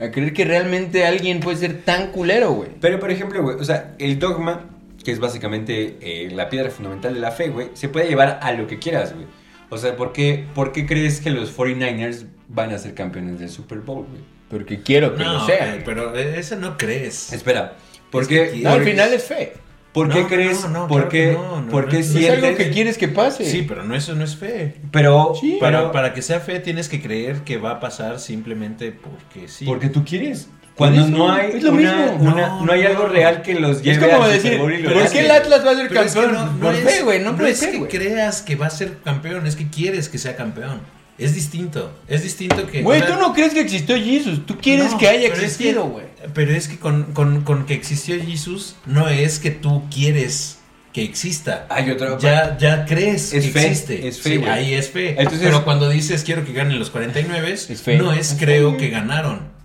Speaker 5: A creer que realmente alguien puede ser tan culero, güey.
Speaker 4: Pero, por ejemplo, güey, o sea, el dogma, que es básicamente eh, la piedra fundamental de la fe, güey, se puede llevar a lo que quieras, güey. O sea, ¿por qué, por qué crees que los 49ers van a ser campeones del Super Bowl, güey?
Speaker 5: Porque quiero que lo
Speaker 1: No, eh,
Speaker 5: sea.
Speaker 1: pero eso no crees.
Speaker 4: Espera, ¿por
Speaker 1: Es
Speaker 4: qué?
Speaker 1: que
Speaker 5: No, al
Speaker 4: por-
Speaker 5: final es fe.
Speaker 4: ¿Por qué
Speaker 1: No,
Speaker 4: crees?
Speaker 1: no, no,
Speaker 4: ¿Por
Speaker 1: claro que
Speaker 4: qué?
Speaker 1: no, no,
Speaker 4: ¿Por
Speaker 1: no,
Speaker 4: qué
Speaker 1: no. Es
Speaker 5: Es
Speaker 4: sientes?
Speaker 5: algo que quieres que pase.
Speaker 1: Sí, pero no, eso no es fe.
Speaker 4: Pero,
Speaker 5: Sí.
Speaker 1: Para,
Speaker 4: pero
Speaker 1: para que sea fe tienes que creer que va a pasar simplemente porque sí.
Speaker 4: porque tú quieres. Cuando
Speaker 5: eso,
Speaker 4: no hay
Speaker 5: es lo
Speaker 4: una,
Speaker 5: mismo.
Speaker 4: una-
Speaker 1: No,
Speaker 4: no, hay
Speaker 1: no.
Speaker 4: algo real que los
Speaker 5: es
Speaker 4: lleve
Speaker 5: como
Speaker 4: al
Speaker 5: decir,
Speaker 4: Super Bowl y lo
Speaker 1: pero
Speaker 5: ¿por
Speaker 1: es
Speaker 5: qué
Speaker 4: hacen.
Speaker 5: el Atlas va a ser
Speaker 1: Pero es que
Speaker 5: campeón?
Speaker 1: no- no
Speaker 5: Por
Speaker 1: es-
Speaker 5: fe, güey, no, puede
Speaker 1: es
Speaker 5: ser,
Speaker 1: que
Speaker 5: güey.
Speaker 1: creas que va a ser campeón, es que quieres que sea campeón. Es distinto, es distinto que...
Speaker 5: Güey,
Speaker 1: o sea,
Speaker 5: tú no crees que existió Jesus, tú quieres
Speaker 1: no,
Speaker 5: que haya
Speaker 1: pero es que-
Speaker 5: existido, güey.
Speaker 1: Pero es que con, con- con que existió Jesús, no es que tú quieres que exista.
Speaker 4: Hay otra-
Speaker 1: Ya, ya crees
Speaker 4: Ah, Es
Speaker 1: que
Speaker 4: fe,
Speaker 1: existe.
Speaker 4: es fe,
Speaker 1: Sí,
Speaker 4: güey.
Speaker 1: ahí es fe.
Speaker 4: Entonces-
Speaker 1: pero cuando dices quiero que ganen los 49,
Speaker 5: Es fe.
Speaker 1: no es
Speaker 5: Es
Speaker 1: creo que ganaron.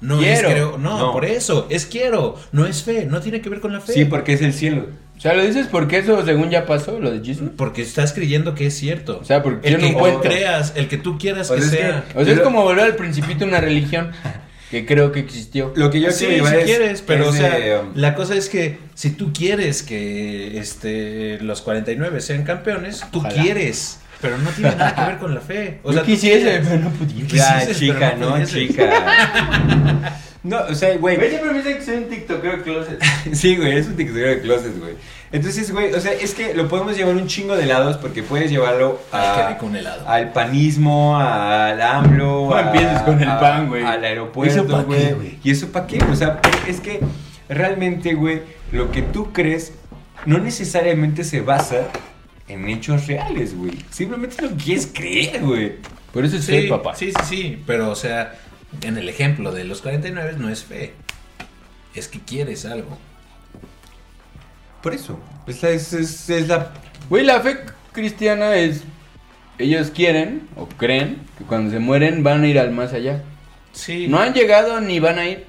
Speaker 1: No
Speaker 5: Quiero.
Speaker 1: es creo, no,
Speaker 4: No.
Speaker 1: por eso, es quiero, no es fe, no tiene que ver con la fe.
Speaker 4: Sí, porque es el cielo.
Speaker 5: O sea, lo dices porque eso según ya pasó, lo de Jesus.
Speaker 1: Porque estás creyendo que es cierto.
Speaker 5: O sea, porque
Speaker 1: el
Speaker 5: tiene
Speaker 1: que tú
Speaker 5: un cuento.
Speaker 1: creas, el que tú quieras
Speaker 4: O
Speaker 1: que
Speaker 4: sea, es
Speaker 1: sea.
Speaker 4: que-
Speaker 5: O sea, es
Speaker 4: Pero-
Speaker 5: como volver al principito una religión que creo que existió.
Speaker 4: Lo que yo
Speaker 1: Sí,
Speaker 4: quiero llevar
Speaker 1: si
Speaker 4: es-
Speaker 1: quieres, pero
Speaker 4: es
Speaker 1: o sea,
Speaker 4: de, um,
Speaker 1: la cosa es que si tú quieres que este los 49 sean campeones, tú
Speaker 5: Ojalá.
Speaker 1: quieres, pero no tiene nada que ver con la fe. O
Speaker 5: Yo
Speaker 1: sea, tú
Speaker 5: quisiese,
Speaker 1: quieres.
Speaker 5: pero no pudiera.
Speaker 4: Ya,
Speaker 1: quisieses,
Speaker 4: Ah, chica,
Speaker 1: pero no
Speaker 4: no,
Speaker 1: pudieses.
Speaker 4: chica. No, o sea, güey.
Speaker 5: siempre me dicen que soy un tiktokero de closet.
Speaker 4: Sí, güey, es un tiktokero de closet, güey. Entonces, güey, o sea, es que lo podemos llevar un chingo de lados porque puedes llevarlo
Speaker 1: Ay, qué
Speaker 4: a-
Speaker 1: rico un helado.
Speaker 4: al panismo, al AMLO.
Speaker 5: No
Speaker 4: a-
Speaker 5: empieces con el
Speaker 4: a-
Speaker 5: pan, güey.
Speaker 4: Al aeropuerto,
Speaker 5: ¿Eso pa' qué,
Speaker 4: güey.
Speaker 5: güey?
Speaker 4: ¿Y eso para qué? O sea, es que realmente, güey, lo que tú crees no necesariamente se basa en hechos reales, güey. Simplemente lo quieres creer, güey.
Speaker 5: Por eso es
Speaker 1: sí,
Speaker 5: fe, papá.
Speaker 1: sí, sí, sí, pero o sea, en el ejemplo de los 49 no es fe. Es que quieres algo.
Speaker 4: Por eso. Es la, es, es- es la
Speaker 5: Güey, la fe cristiana es. Ellos quieren o creen que cuando se mueren van a ir al más allá.
Speaker 1: Sí.
Speaker 5: No han llegado ni van a ir,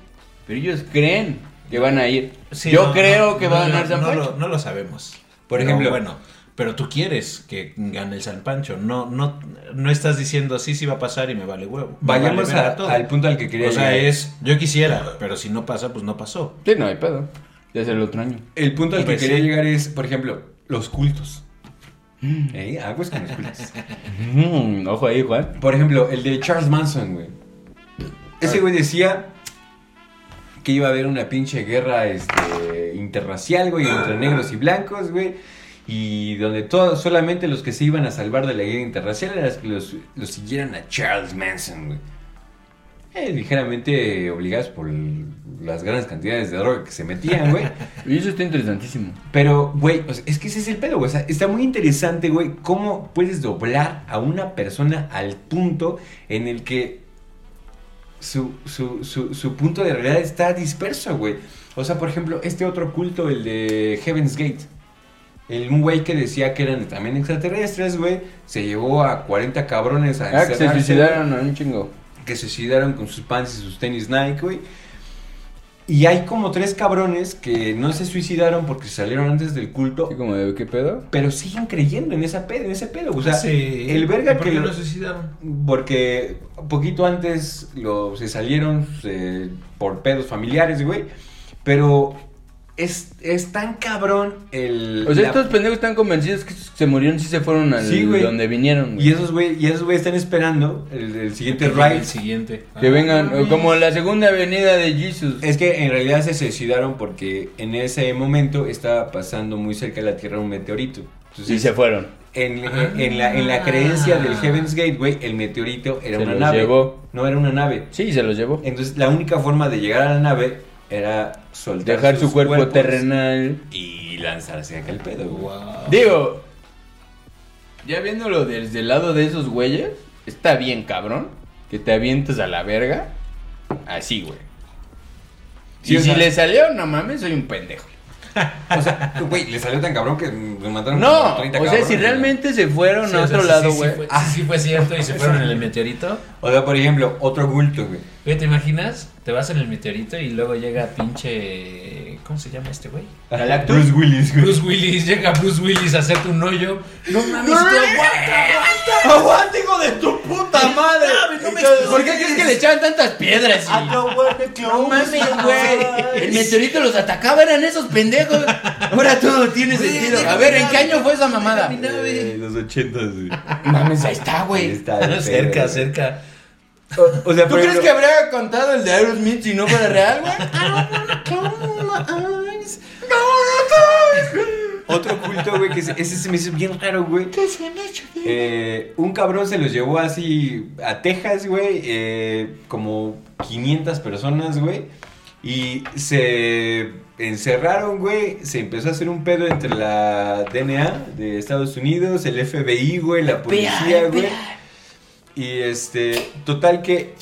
Speaker 5: pero ellos creen que van a ir.
Speaker 1: Sí,
Speaker 5: Yo
Speaker 1: no,
Speaker 5: creo
Speaker 1: no,
Speaker 5: que
Speaker 1: no,
Speaker 5: va a ganar
Speaker 1: no,
Speaker 5: San
Speaker 1: no
Speaker 5: Pancho.
Speaker 1: lo- no lo sabemos.
Speaker 4: Por
Speaker 1: Por
Speaker 4: ejemplo-
Speaker 1: ejemplo, bueno, pero tú quieres que gane el San Pancho. No, no, no estás diciendo sí, sí va a pasar y me vale huevo. Me
Speaker 4: Vayamos
Speaker 1: vale verga
Speaker 4: a-
Speaker 1: todo".
Speaker 4: al punto al que quería
Speaker 1: O sea,
Speaker 4: llegar.
Speaker 1: es yo quisiera, pero si no pasa, pues no pasó.
Speaker 5: Sí, no hay pedo. Ya es el otro año.
Speaker 4: El punto al que
Speaker 1: Pues
Speaker 4: quería
Speaker 1: sí.
Speaker 4: llegar es, por ejemplo, los cultos.
Speaker 5: Mm.
Speaker 4: ¿Eh? Aguas con los cultos.
Speaker 5: ojo ahí, Juan.
Speaker 4: Por ejemplo, el de Charles Manson, güey. Ese güey decía que iba a haber una pinche guerra este, interracial, güey, entre negros y blancos, güey. Y donde todos, solamente los que se iban a salvar de la guerra interracial eran los que los, los siguieran a Charles Manson, güey. Eh, ligeramente obligados por el- las grandes cantidades de droga que se metían, güey.
Speaker 5: Y eso está interesantísimo.
Speaker 4: Pero, güey, o sea, es que ese es el pedo, güey. O sea, está muy interesante, güey, cómo puedes doblar a una persona al punto en el que su, su, su, su punto de realidad está disperso, güey. O sea, por ejemplo, este otro culto, el de Heaven's Gate. El un güey que decía que eran también extraterrestres, güey, se llevó a 40 cabrones a
Speaker 5: Ah, que se
Speaker 4: encerrarse,
Speaker 5: suicidaron a un chingo.
Speaker 4: que se suicidaron con sus pants y sus tenis Nike, güey. Y hay como tres cabrones que no se suicidaron porque salieron antes del culto,
Speaker 5: Así como de, ¿qué pedo?
Speaker 4: pero siguen creyendo en, esa pedo, en ese pedo. O sea,
Speaker 1: Sí.
Speaker 4: el verga
Speaker 1: ¿Y por
Speaker 4: que
Speaker 1: qué
Speaker 4: lo-
Speaker 1: lo suicidaron?
Speaker 4: porque poquito antes lo, se salieron eh, por pedos familiares, güey. Pero es, es tan cabrón el...
Speaker 5: O sea,
Speaker 4: la-
Speaker 5: estos pendejos están convencidos que se murieron si se fueron al
Speaker 4: Sí, güey.
Speaker 5: donde vinieron. güey.
Speaker 4: Y esos güey y esos güey están esperando el, el siguiente
Speaker 1: El
Speaker 4: ride.
Speaker 1: siguiente.
Speaker 5: Que vengan,
Speaker 1: Ah,
Speaker 5: o como la segunda avenida de Jesus.
Speaker 1: Eh,
Speaker 4: Es que en realidad se suicidaron porque en ese momento estaba pasando muy cerca de la Tierra un meteorito. Entonces,
Speaker 5: Y se fueron.
Speaker 4: en,
Speaker 5: Ah.
Speaker 4: en- en la, en la creencia del Heaven's Gateway, el meteorito era
Speaker 5: Se
Speaker 4: una
Speaker 5: los
Speaker 4: nave.
Speaker 5: llevó.
Speaker 4: No era una nave.
Speaker 5: Sí, se los llevó.
Speaker 4: Entonces, la única forma de llegar a la nave era soltar
Speaker 5: Dejar
Speaker 4: sus
Speaker 5: su cuerpo
Speaker 4: cuerpos
Speaker 5: terrenal.
Speaker 4: y lanzarse acá el pedo. güey.
Speaker 1: Wow.
Speaker 5: Digo, ya viéndolo desde el lado de esos güeyes, está bien, cabrón. Que te avientes a la verga. Así, güey.
Speaker 4: Sí,
Speaker 5: y
Speaker 4: o
Speaker 5: si
Speaker 4: sea-
Speaker 5: le salió, no mames, soy un pendejo.
Speaker 4: O sea, güey, le salió tan cabrón que me mataron
Speaker 5: No,
Speaker 4: como
Speaker 5: o
Speaker 4: 30
Speaker 5: sea, si
Speaker 4: cabrones, güey.
Speaker 5: realmente se fueron
Speaker 1: Sí,
Speaker 5: a
Speaker 1: o sea,
Speaker 5: otro
Speaker 1: sí,
Speaker 5: lado,
Speaker 1: sí,
Speaker 5: güey.
Speaker 1: Sí, fue- sí, sí fue cierto y se fueron en el meteorito.
Speaker 4: O sea, por ejemplo, otro culto, güey.
Speaker 1: Oye, ¿te imaginas? Te vas en el meteorito y luego llega pinche... ¿Cómo se llama este güey?
Speaker 5: Galactus.
Speaker 4: Bruce Willis, güey.
Speaker 1: Bruce Willis, llega Bruce Willis a hacerte un hoyo. No mames, tú aguanta, aguanta.
Speaker 4: ¡Aguante, hijo de tu puta madre!
Speaker 5: ¿Por qué crees que le echaban tantas piedras? y- No mames, güey. El meteorito los atacaba, eran esos pendejos. Ahora todo tiene sentido. A ver, ¿en qué año fue esa mamada?
Speaker 4: Eh, los ochentas, güey.
Speaker 5: Mames, ahí está,
Speaker 4: Ahí
Speaker 5: güey.
Speaker 4: está, el
Speaker 1: Cerca,
Speaker 4: pedo.
Speaker 1: cerca.
Speaker 4: O sea,
Speaker 5: ¿Tú
Speaker 4: por
Speaker 5: crees
Speaker 4: ejemplo,
Speaker 5: que habría contado el de Aerosmith si no fuera real, güey?
Speaker 4: Ah, Otro culto, güey, que ese, ese se me hizo bien raro, güey. ¿Qué se Eh, un cabrón se los llevó así a Texas, güey. eh, como 500 personas, güey. Y se encerraron, güey. Se empezó a hacer un pedo entre la DNA de Estados Unidos, el FBI, güey, la policía, güey. Y este, total que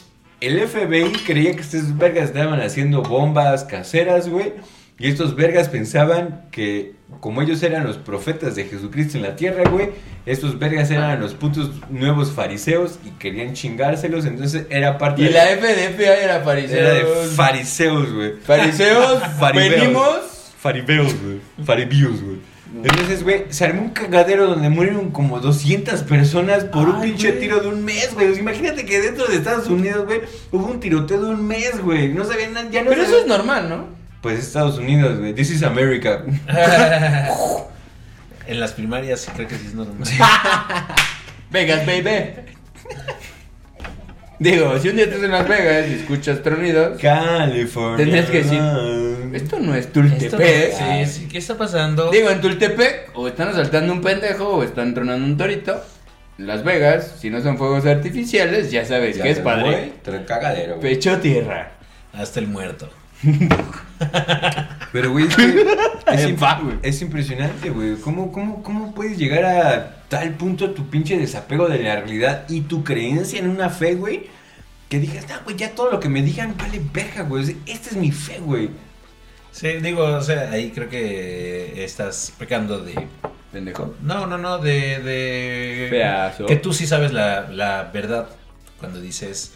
Speaker 4: el FBI creía que estos vergas estaban haciendo bombas caseras, güey. Y estos vergas pensaban que, como ellos eran los profetas de Jesucristo en la tierra, güey, estos vergas eran los putos nuevos fariseos y querían chingárselos. Entonces era parte
Speaker 5: Y
Speaker 4: de
Speaker 5: la FDFA era
Speaker 4: era de
Speaker 5: fariseos.
Speaker 4: fariseos, güey.
Speaker 5: Fariseos,
Speaker 4: Faribeos.
Speaker 5: venimos.
Speaker 4: Faribeos, güey. Faribios, güey. Entonces, güey, se armó un cagadero donde murieron como 200 personas por un pinche tiro de un mes, güey. O sea, imagínate que dentro de Estados Unidos, güey, hubo un tiroteo de un mes, güey. No sabían nada, ya no
Speaker 5: Pero eso es
Speaker 4: sabían-
Speaker 5: normal, ¿no?
Speaker 4: Pues Estados Unidos, güey. This is America.
Speaker 1: En las primarias sí creo que sí es normal.
Speaker 5: Vegas, baby. Digo, si un día estás en Las Vegas y escuchas tronidos,
Speaker 4: California. Ah.
Speaker 5: Tendrías que esto no es Tultepec.
Speaker 1: Sí, sí, ¿qué está pasando?
Speaker 5: Digo, en Tultepec o están asaltando un pendejo o están tronando un torito. En Las Vegas, si no son fuegos artificiales, ya sabes
Speaker 4: Ya
Speaker 5: que es
Speaker 4: sé,
Speaker 5: padre.
Speaker 4: güey, tra- Cagadero, güey.
Speaker 5: Pecho tierra.
Speaker 1: Hasta el muerto.
Speaker 4: Pero, güey, es, que es,
Speaker 5: En
Speaker 4: imp-
Speaker 5: paz, güey.
Speaker 4: es impresionante, güey. ¿Cómo, cómo, ¿Cómo puedes llegar a tal punto tu pinche desapego de la realidad y tu creencia en una fe, güey? Que digas, no, güey, ya todo lo que me digan vale verga, güey. O sea, Esta es mi fe, güey.
Speaker 1: Sí, digo, o sea, ahí creo que estás pecando de...
Speaker 5: Pendejo.
Speaker 1: No, no, no, de... de
Speaker 5: Pedazo.
Speaker 1: Que tú sí sabes la, la verdad cuando dices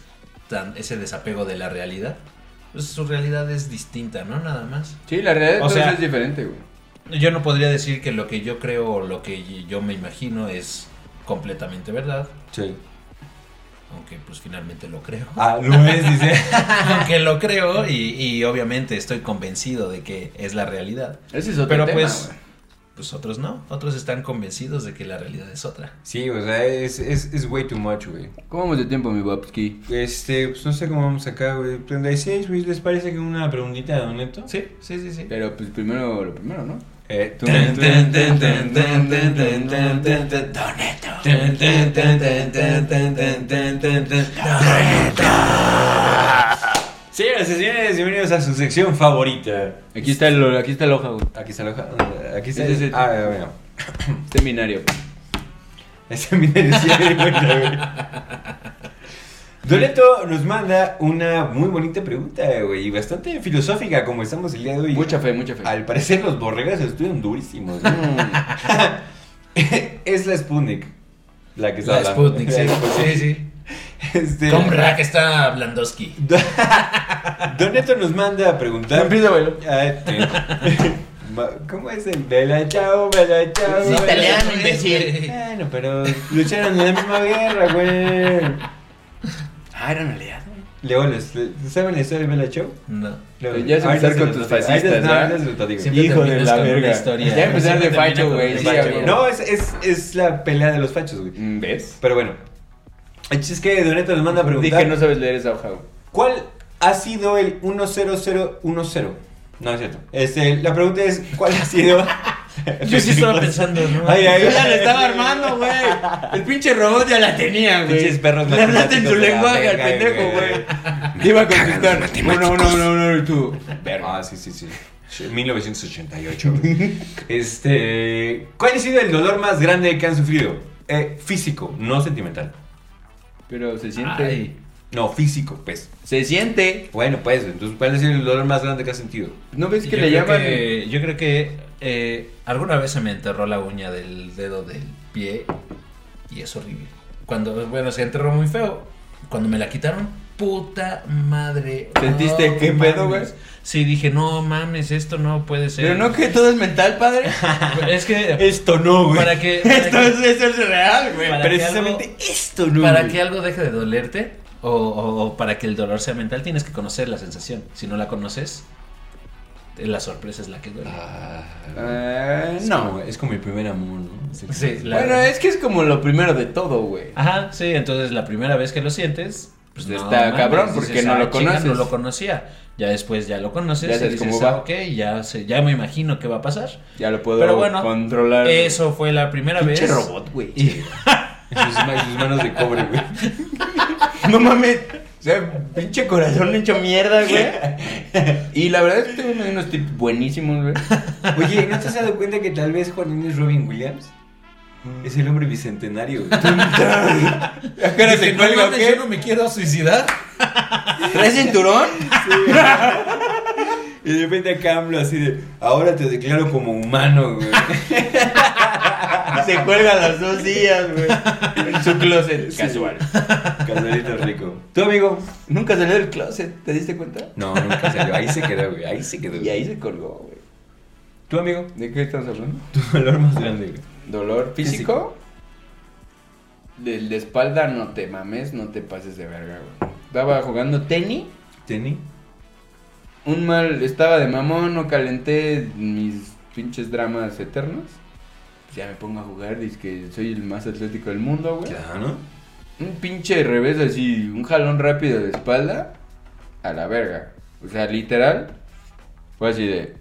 Speaker 1: tan, ese desapego de la realidad. Pues su realidad es distinta, ¿no? Nada más.
Speaker 5: Sí, la realidad
Speaker 1: O
Speaker 5: entonces
Speaker 1: sea-
Speaker 5: es diferente, güey.
Speaker 1: Yo no podría decir que lo que yo creo o lo que yo me imagino es completamente verdad,
Speaker 4: Sí.
Speaker 1: aunque pues finalmente lo creo.
Speaker 4: Ah, lo es, dice.
Speaker 1: aunque lo creo y, y obviamente estoy convencido de que es la realidad.
Speaker 5: Ese es otro
Speaker 1: Pero
Speaker 5: tema,
Speaker 1: pues
Speaker 5: güey.
Speaker 1: pues otros no. Otros están convencidos de que la realidad es otra.
Speaker 4: Sí, o sea, es, es, es way too much, güey.
Speaker 5: ¿Cómo vamos de tiempo, mi Bobski?
Speaker 4: Este, pues no sé cómo vamos acá, güey. 36, güey, ¿les parece que una preguntita, don Neto?
Speaker 1: Sí, sí, sí, sí.
Speaker 5: Pero pues primero lo primero, ¿no?
Speaker 4: Eh, tú-
Speaker 1: Tan, tan, tan, tan, tan, tan, tan, tan, tan, tan.
Speaker 4: Señoras y señores, bienvenidos a su sección favorita.
Speaker 5: Aquí está el aquí está el hoja, güey.
Speaker 4: Aquí está la hoja. ¿dónde? Aquí está.
Speaker 5: Sí, sí, sí.
Speaker 4: Ah, bueno.
Speaker 5: Este binario.
Speaker 4: Ese mineral sí me di cuenta, güey. Doleto nos manda una muy bonita pregunta, güey, y bastante filosófica como estamos el día de hoy.
Speaker 5: Mucha fe, mucha fe.
Speaker 4: Al parecer los borregas estudian durísimos. ¿no?
Speaker 5: Mm.
Speaker 4: es la Sputnik. La que está
Speaker 1: La
Speaker 4: hablando.
Speaker 1: Sputnik, sí. Sí, sí.
Speaker 4: Este,
Speaker 1: Comra que está Blandowski.
Speaker 4: Doneto nos manda a preguntar.
Speaker 5: Empieza, güey.
Speaker 4: Ah, este. Ma- ¿Cómo es el? Bella chao, bella chao.
Speaker 1: Sí,
Speaker 4: bella
Speaker 1: italiano,
Speaker 4: chao.
Speaker 1: imbécil.
Speaker 4: Bueno, pero lucharon en la misma guerra, güey.
Speaker 5: Ah, eran aliados.
Speaker 4: Leo, ¿les- le- ¿saben la historia de Bella Chao?
Speaker 1: No.
Speaker 4: Leo,
Speaker 5: Ya se
Speaker 4: ahorita
Speaker 5: empezar
Speaker 4: se
Speaker 5: con
Speaker 4: los
Speaker 5: tus
Speaker 4: digo. Ahorita-
Speaker 5: fascistas,
Speaker 4: no,
Speaker 5: ¿verdad?
Speaker 4: ahorita se los digo.
Speaker 1: Siempre
Speaker 4: Hijo de
Speaker 1: terminas
Speaker 4: la
Speaker 1: con una
Speaker 4: verga.
Speaker 1: historia.
Speaker 5: Ya empezaron
Speaker 1: Siempre
Speaker 5: de facho,
Speaker 1: termina con
Speaker 5: güey,
Speaker 1: una
Speaker 5: sí,
Speaker 1: historia.
Speaker 5: a huevo.
Speaker 4: No, es, es, es la pelea de los fachos, güey.
Speaker 5: Mm, ¿Ves?
Speaker 4: Pero bueno, el chiste es que Doneto nos manda a preguntar.
Speaker 5: Dije, no sabes leer esa hoja, güey.
Speaker 4: ¿Cuál ha sido el 10010? No, es cierto. Este, la pregunta es, ¿cuál ha sido?
Speaker 1: Yo sí estaba pensando, ¿no?
Speaker 4: Ay, ay,
Speaker 5: Yo ya la estaba armando, güey. El pinche robot ya la tenía, güey.
Speaker 4: Pinches perros
Speaker 5: Le hablaste en tu
Speaker 4: matemáticos de la
Speaker 5: lenguaje al
Speaker 4: verga,
Speaker 5: pendejo,
Speaker 4: güey.
Speaker 5: güey. Te iba a contestar. Uno, uno, uno, uno, y tú.
Speaker 4: Ah, sí, sí, sí. 1988. güey. este, ¿cuál ha sido el dolor más grande que han sufrido? Eh, físico, no sentimental.
Speaker 5: Pero se siente.
Speaker 1: Ay.
Speaker 4: No, físico, pues.
Speaker 5: Se siente.
Speaker 4: Bueno, pues, entonces, ¿cuál ha sido el dolor más grande que has sentido?
Speaker 5: ¿No ves que
Speaker 1: yo
Speaker 5: le
Speaker 1: creo
Speaker 5: llaman?
Speaker 1: que- yo creo que eh, alguna vez se me enterró la uña del dedo del pie y es horrible. Cuando, bueno, se enterró muy feo. Cuando me la quitaron, puta madre.
Speaker 5: ¿Sentiste qué pedo, güey?
Speaker 1: mames. Sí, dije, no mames, esto no puede ser.
Speaker 5: Pero no que todo es mental, padre.
Speaker 1: Es que,
Speaker 4: Esto no,
Speaker 1: para que, para
Speaker 5: Esto
Speaker 1: que-
Speaker 5: es, esto es real, güey.
Speaker 1: para que
Speaker 4: Precisamente
Speaker 1: algo-
Speaker 4: esto no.
Speaker 1: para
Speaker 4: güey.
Speaker 1: que algo deje de dolerte o, o- o para que el dolor sea mental, tienes que conocer la sensación. Si no la conoces, la sorpresa es la que duele.
Speaker 4: Ah,
Speaker 5: Eh,
Speaker 4: es
Speaker 5: no.
Speaker 4: como- es como mi primer amor, ¿no?
Speaker 1: Sí, la-
Speaker 5: Bueno, es que es como lo primero de todo, güey.
Speaker 1: Ajá, sí, entonces la primera vez que lo sientes, pues
Speaker 5: Está cabrón, porque no lo
Speaker 1: "Ah, chinga,
Speaker 5: conoces".
Speaker 1: No lo conocía. Ya después ya lo conoces,
Speaker 5: Ya
Speaker 1: ya
Speaker 5: sabes
Speaker 1: dices,
Speaker 5: cómo va.
Speaker 1: "Ah, ok, ya, sé- ya me imagino qué va a pasar.
Speaker 5: Ya lo puedo
Speaker 1: Pero bueno,
Speaker 5: controlar.
Speaker 1: Eso fue la primera vez.
Speaker 5: Pinche robot, güey.
Speaker 4: Sus, ma- sus manos de cobre, güey.
Speaker 5: No mames. O sea, pinche corazón hecho mierda, güey. Y la verdad es que tengo unos tips buenísimos, güey.
Speaker 4: Oye, ¿no te has dado cuenta que tal vez Juan Inés Robin Williams
Speaker 5: Mm.
Speaker 4: es el hombre bicentenario? güey?
Speaker 5: La cara
Speaker 1: Dije,
Speaker 5: se
Speaker 1: "No
Speaker 5: cuelga,
Speaker 1: mames,
Speaker 5: ¿qué?
Speaker 1: yo no me quiero suicidar.
Speaker 5: ¿Traes cinturón?
Speaker 4: Y de repente acá AMLO así de, ahora te declaro como humano, güey.
Speaker 5: Se cuelga a los dos días, güey. En su closet. Casual.
Speaker 4: Casualito rico. ¿Tú, amigo?
Speaker 5: Nunca salió del closet, ¿te diste cuenta?
Speaker 4: No, nunca salió. Ahí se quedó, güey. Ahí se quedó.
Speaker 5: Y ahí se colgó, güey.
Speaker 4: ¿Tú, amigo?
Speaker 5: ¿De qué estamos hablando?
Speaker 4: Tu valor más grande, güey.
Speaker 5: ¿Dolor físico? Del de espalda no te mames, no te pases de verga, güey. Estaba jugando tenis,
Speaker 4: ¿Teni?
Speaker 5: un mal, estaba de mamón, no calenté mis pinches dramas eternos. Ya me pongo a jugar, dice que soy el más atlético del mundo, güey.
Speaker 4: Claro.
Speaker 5: Un pinche revés así, un jalón rápido de espalda, a la verga. O sea, literal, fue así de...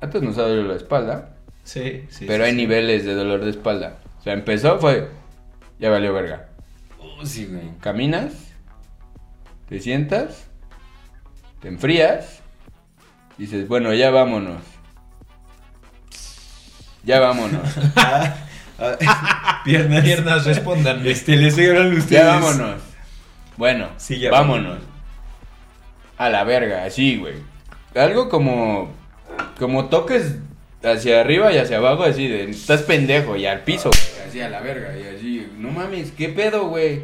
Speaker 5: Antes nos ha dolido la espalda,
Speaker 1: Sí, sí.
Speaker 5: pero
Speaker 1: sí,
Speaker 5: hay
Speaker 1: sí.
Speaker 5: niveles de dolor de espalda. O sea, empezó, fue. Ya valió verga.
Speaker 4: Oh, sí, güey.
Speaker 5: Caminas, te sientas, te enfrías, dices, bueno, ya vámonos. Ya vámonos.
Speaker 4: Ah, ah, piernas.
Speaker 1: Piernas respondan.
Speaker 4: Este, le estoy hablando a ustedes.
Speaker 5: ya vámonos. Bueno,
Speaker 4: Sí, ya
Speaker 5: vámonos. A la verga, así, güey. Algo como. Como toques hacia arriba y hacia abajo, así de. Estás pendejo, y al piso. güey, Así a la verga, y así. No mames, ¿qué pedo, güey?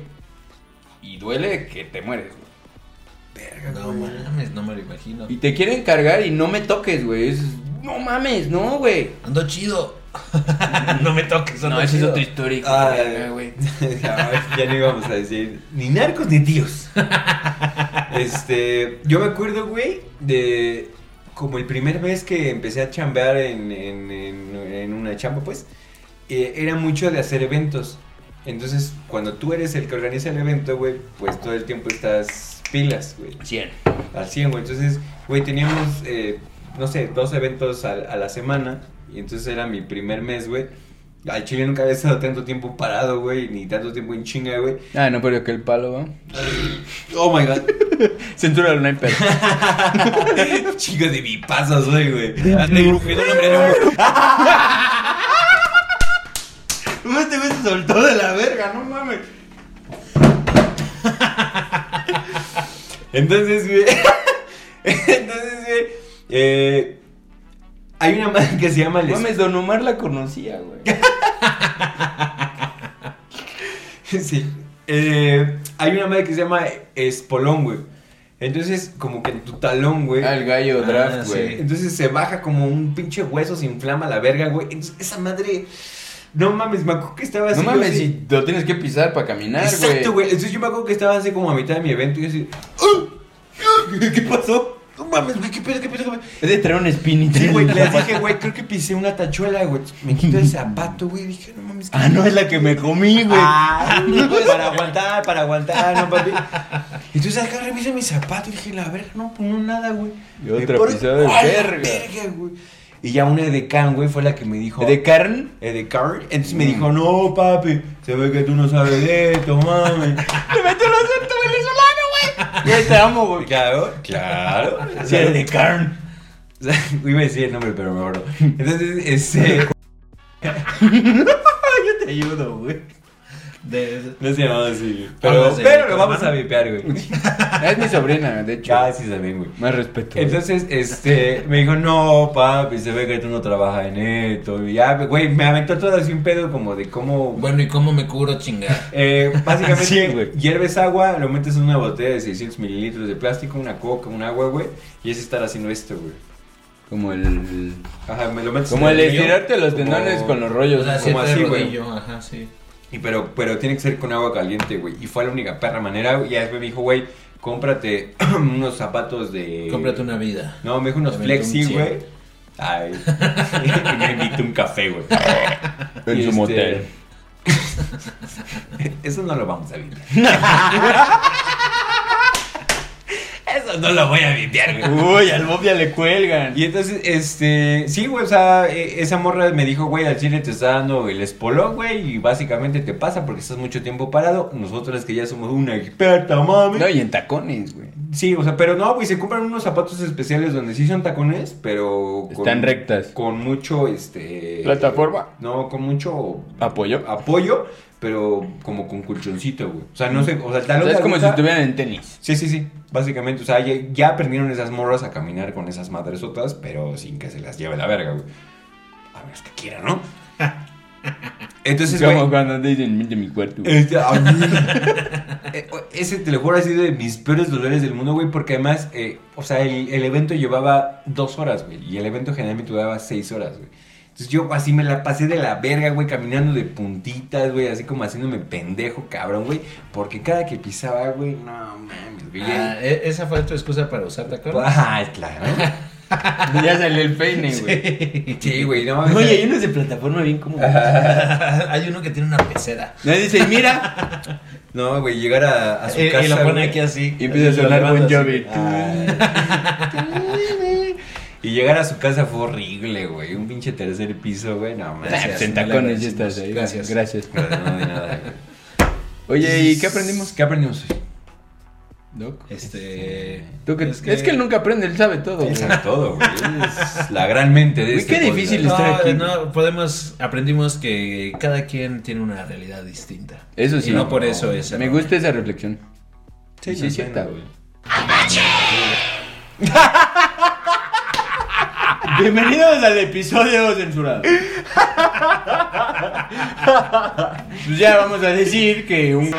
Speaker 5: Y duele que te mueres, güey.
Speaker 1: No mames, no me lo imagino.
Speaker 5: Y te quieren cargar y no me toques, güey. Es, no mames, no, güey.
Speaker 1: Ando chido. no me toques, ando
Speaker 5: No, esa es
Speaker 1: chido.
Speaker 5: otra historia.
Speaker 4: Ah,
Speaker 5: verga, güey.
Speaker 4: ya, ya no íbamos a decir ni narcos ni tíos. Este, yo me acuerdo, güey, de como el primer vez que empecé a chambear en, en- en- en una chamba, pues, eh, era mucho de hacer eventos. Entonces, cuando tú eres el que organiza el evento, güey, pues todo el tiempo estás pilas, güey,
Speaker 5: 100.
Speaker 4: al 100, güey. Entonces, güey, teníamos, eh, no sé, dos eventos al- a, la semana. Y entonces era mi primer mes, güey. Al chile nunca había estado tanto tiempo parado, güey, ni tanto tiempo en chinga, güey.
Speaker 5: Ah, no, pero que el palo, ¿va?
Speaker 4: Oh my god.
Speaker 5: Cintura del Naiper.
Speaker 4: Chico de mi paso soy, güey. Ande, güey, no, hombre, no.
Speaker 5: Uy, Este güey se soltó de la verga, no mames.
Speaker 4: Entonces, güey. Entonces, güey. eh, hay una madre que se llama el,
Speaker 5: Mames, Don Omar la conocía, güey.
Speaker 4: Sí. Eh, hay una madre que se llama espolón, güey. Entonces, como que en tu talón, güey.
Speaker 5: Ah, el gallo
Speaker 1: Ah,
Speaker 5: draft,
Speaker 1: sí.
Speaker 5: güey.
Speaker 4: Entonces se baja como un pinche hueso, se inflama la verga, güey. Entonces, esa madre. No mames, me acuerdo que estaba así.
Speaker 5: No
Speaker 4: Ah, yo
Speaker 5: mames,
Speaker 4: así-
Speaker 5: si lo tienes que pisar para caminar, güey.
Speaker 4: Exacto, güey. Entonces yo me acuerdo que estaba así como a mitad de mi evento y yo así. "Ah, ah, ¿Qué pasó? No mames, güey, qué pedo, qué pedo, qué pedo.
Speaker 5: Es de traer un spin y
Speaker 4: Sí,
Speaker 5: traer
Speaker 4: güey,
Speaker 5: un
Speaker 4: les
Speaker 5: zapato.
Speaker 4: dije, güey, creo que pisé una tachuela, güey. Me quito el zapato, güey. Dije, no mames. ¿qué
Speaker 5: Ah, no, es la que me comí, güey.
Speaker 4: Ah, pues, para aguantar, para aguantar, no, papi. Entonces acá reviso mi zapato y dije, la verga, no, pues no nada, güey.
Speaker 5: Y
Speaker 4: Me
Speaker 5: otra
Speaker 4: paro,
Speaker 5: pisada de
Speaker 4: ¡ah, la
Speaker 5: verga!
Speaker 4: güey. Y ya una edecán, güey, fue la que me dijo.
Speaker 5: ¿De carne?
Speaker 4: Edecán. Eh, Entonces me dijo, no, papi, se ve que tú no sabes de esto, mami.
Speaker 5: ¡Te metió el acento venezolano, güey! Yo te amo, güey.
Speaker 4: Claro, claro.
Speaker 1: Sí, el de Carn.
Speaker 4: O sea, iba a decir el nombre, pero me acuerdo. Entonces, este.
Speaker 5: Yo te ayudo, güey.
Speaker 1: De-
Speaker 4: No se llamaba así, güey.
Speaker 1: Hablas
Speaker 4: Pero,
Speaker 1: de
Speaker 4: pero
Speaker 1: tu
Speaker 4: lo vamos a
Speaker 1: hermano.
Speaker 4: vipear, güey.
Speaker 5: Es mi sobrina, de hecho.
Speaker 4: Ya, sí saben, güey.
Speaker 5: Más respeto. güey.
Speaker 4: Entonces, este, me dijo, no, papi, se ve que tú no trabajas en esto. Y ya, güey, me aventó todo así un pedo como de cómo...
Speaker 1: Bueno, ¿y cómo me curo, chingada?
Speaker 4: Eh, básicamente,
Speaker 5: Sí, güey.
Speaker 4: hierves agua, lo metes en una botella de 600 mililitros de plástico, una coca, un agua, güey, y es estar haciendo esto, güey.
Speaker 5: Como el.
Speaker 4: Ajá, me lo metes
Speaker 5: Como
Speaker 4: en
Speaker 5: el
Speaker 4: río,
Speaker 5: estirarte los tendones
Speaker 4: como-
Speaker 5: con los rollos.
Speaker 1: O sea,
Speaker 5: como
Speaker 1: siete
Speaker 4: así,
Speaker 1: de
Speaker 4: güey.
Speaker 1: rodillo, ajá, sí.
Speaker 4: Y pero, pero tiene que ser con agua caliente, güey. Y fue la única perra manera, güey. Y después me dijo, güey, cómprate unos zapatos de...
Speaker 1: Cómprate una vida.
Speaker 4: No, me dijo unos
Speaker 1: Me aventó un
Speaker 4: flexi,
Speaker 1: cien.
Speaker 4: güey. Ay. y me invitó un café, güey.
Speaker 5: En
Speaker 4: Y
Speaker 5: su motel.
Speaker 4: Eso no lo vamos a vipear. Eso no lo voy a vipear, güey.
Speaker 5: Uy, al Bob ya le cuelgan.
Speaker 4: Y entonces, este, sí, güey, o sea, e- esa morra me dijo, güey, al chile te está dando el espolón, güey, y básicamente te pasa porque estás mucho tiempo parado. Nosotros que ya somos una experta, mami.
Speaker 5: No, y en tacones, güey.
Speaker 4: Sí, o sea, pero no, güey, se compran unos zapatos especiales donde sí son tacones, pero...
Speaker 5: Están rectas.
Speaker 4: Con mucho, este...
Speaker 5: ¿Plataforma?
Speaker 4: No, con mucho
Speaker 5: Apoyo.
Speaker 4: apoyo, pero como con colchoncito, güey. O sea, no sé, o sea, el
Speaker 5: O
Speaker 4: talón
Speaker 5: sea,
Speaker 4: de
Speaker 5: es como si
Speaker 4: aguja-
Speaker 5: estuvieran en tenis.
Speaker 4: Sí, sí, sí, básicamente, o sea, ya, ya aprendieron esas morras a caminar con esas madresotas, pero sin que se las lleve la verga, güey. A menos que quieran, ¿no? Entonces,
Speaker 5: Es
Speaker 4: güey,
Speaker 5: como cuando te dicen, vente a mi cuarto. güey".
Speaker 4: este, a mí- Eh, o- ese, te lo juro, ha sido de mis peores dolores del mundo, güey, porque además, eh, o sea, el, el evento llevaba dos horas, güey, y el evento generalmente duraba seis horas, güey. Entonces yo así me la pasé de la verga, güey, caminando de puntitas, güey, así como haciéndome pendejo, cabrón, güey, porque cada que pisaba, güey, no mames, güey.
Speaker 1: Ah, e- esa fue tu excusa para usar tacón.
Speaker 4: Ah, claro.
Speaker 5: Ya salió el peine, güey.
Speaker 4: Sí, güey, no mames.
Speaker 5: No, y hay unos de plataforma bien como.
Speaker 1: Hay uno que tiene una pecera.
Speaker 5: Nadie dice, mira.
Speaker 4: No, güey, llegar a, a su
Speaker 5: Eh,
Speaker 1: Y, y
Speaker 4: casa.
Speaker 1: lo pone
Speaker 4: güey.
Speaker 1: aquí así.
Speaker 5: Y empieza a
Speaker 1: Lo
Speaker 5: sonar Ah,
Speaker 1: levanta
Speaker 5: Bon
Speaker 1: así.
Speaker 5: Jovi.
Speaker 4: Ay. Y llegar a su casa fue horrible, güey. Un pinche tercer piso, güey, no mames.
Speaker 1: Gracias,
Speaker 5: Ah, pues, en
Speaker 1: no le
Speaker 5: tacones ya
Speaker 1: agradecimos.
Speaker 5: estás ahí.
Speaker 1: Gracias.
Speaker 5: Gracias.
Speaker 4: Pero no, de nada, güey.
Speaker 5: Oye, ¿y qué aprendimos,
Speaker 4: ¿Qué aprendimos hoy?
Speaker 5: Doc?
Speaker 1: Este.
Speaker 5: Tú que- es, que... él nunca aprende, él sabe todo.
Speaker 4: Él
Speaker 5: güey.
Speaker 4: sabe todo, güey. Él Es la gran mente de
Speaker 5: Güey,
Speaker 4: este
Speaker 5: qué
Speaker 4: podcast.
Speaker 5: difícil
Speaker 1: No,
Speaker 5: estar aquí.
Speaker 1: no, podemos. Aprendimos que cada quien tiene una realidad distinta.
Speaker 5: Eso sí.
Speaker 1: Y no por eso es.
Speaker 5: Me
Speaker 1: erróneo.
Speaker 5: gusta esa reflexión. Sí, sí,
Speaker 4: me
Speaker 5: es cierta,
Speaker 4: suena,
Speaker 5: güey. Bienvenidos al episodio censurado. Pues ya vamos a decir que un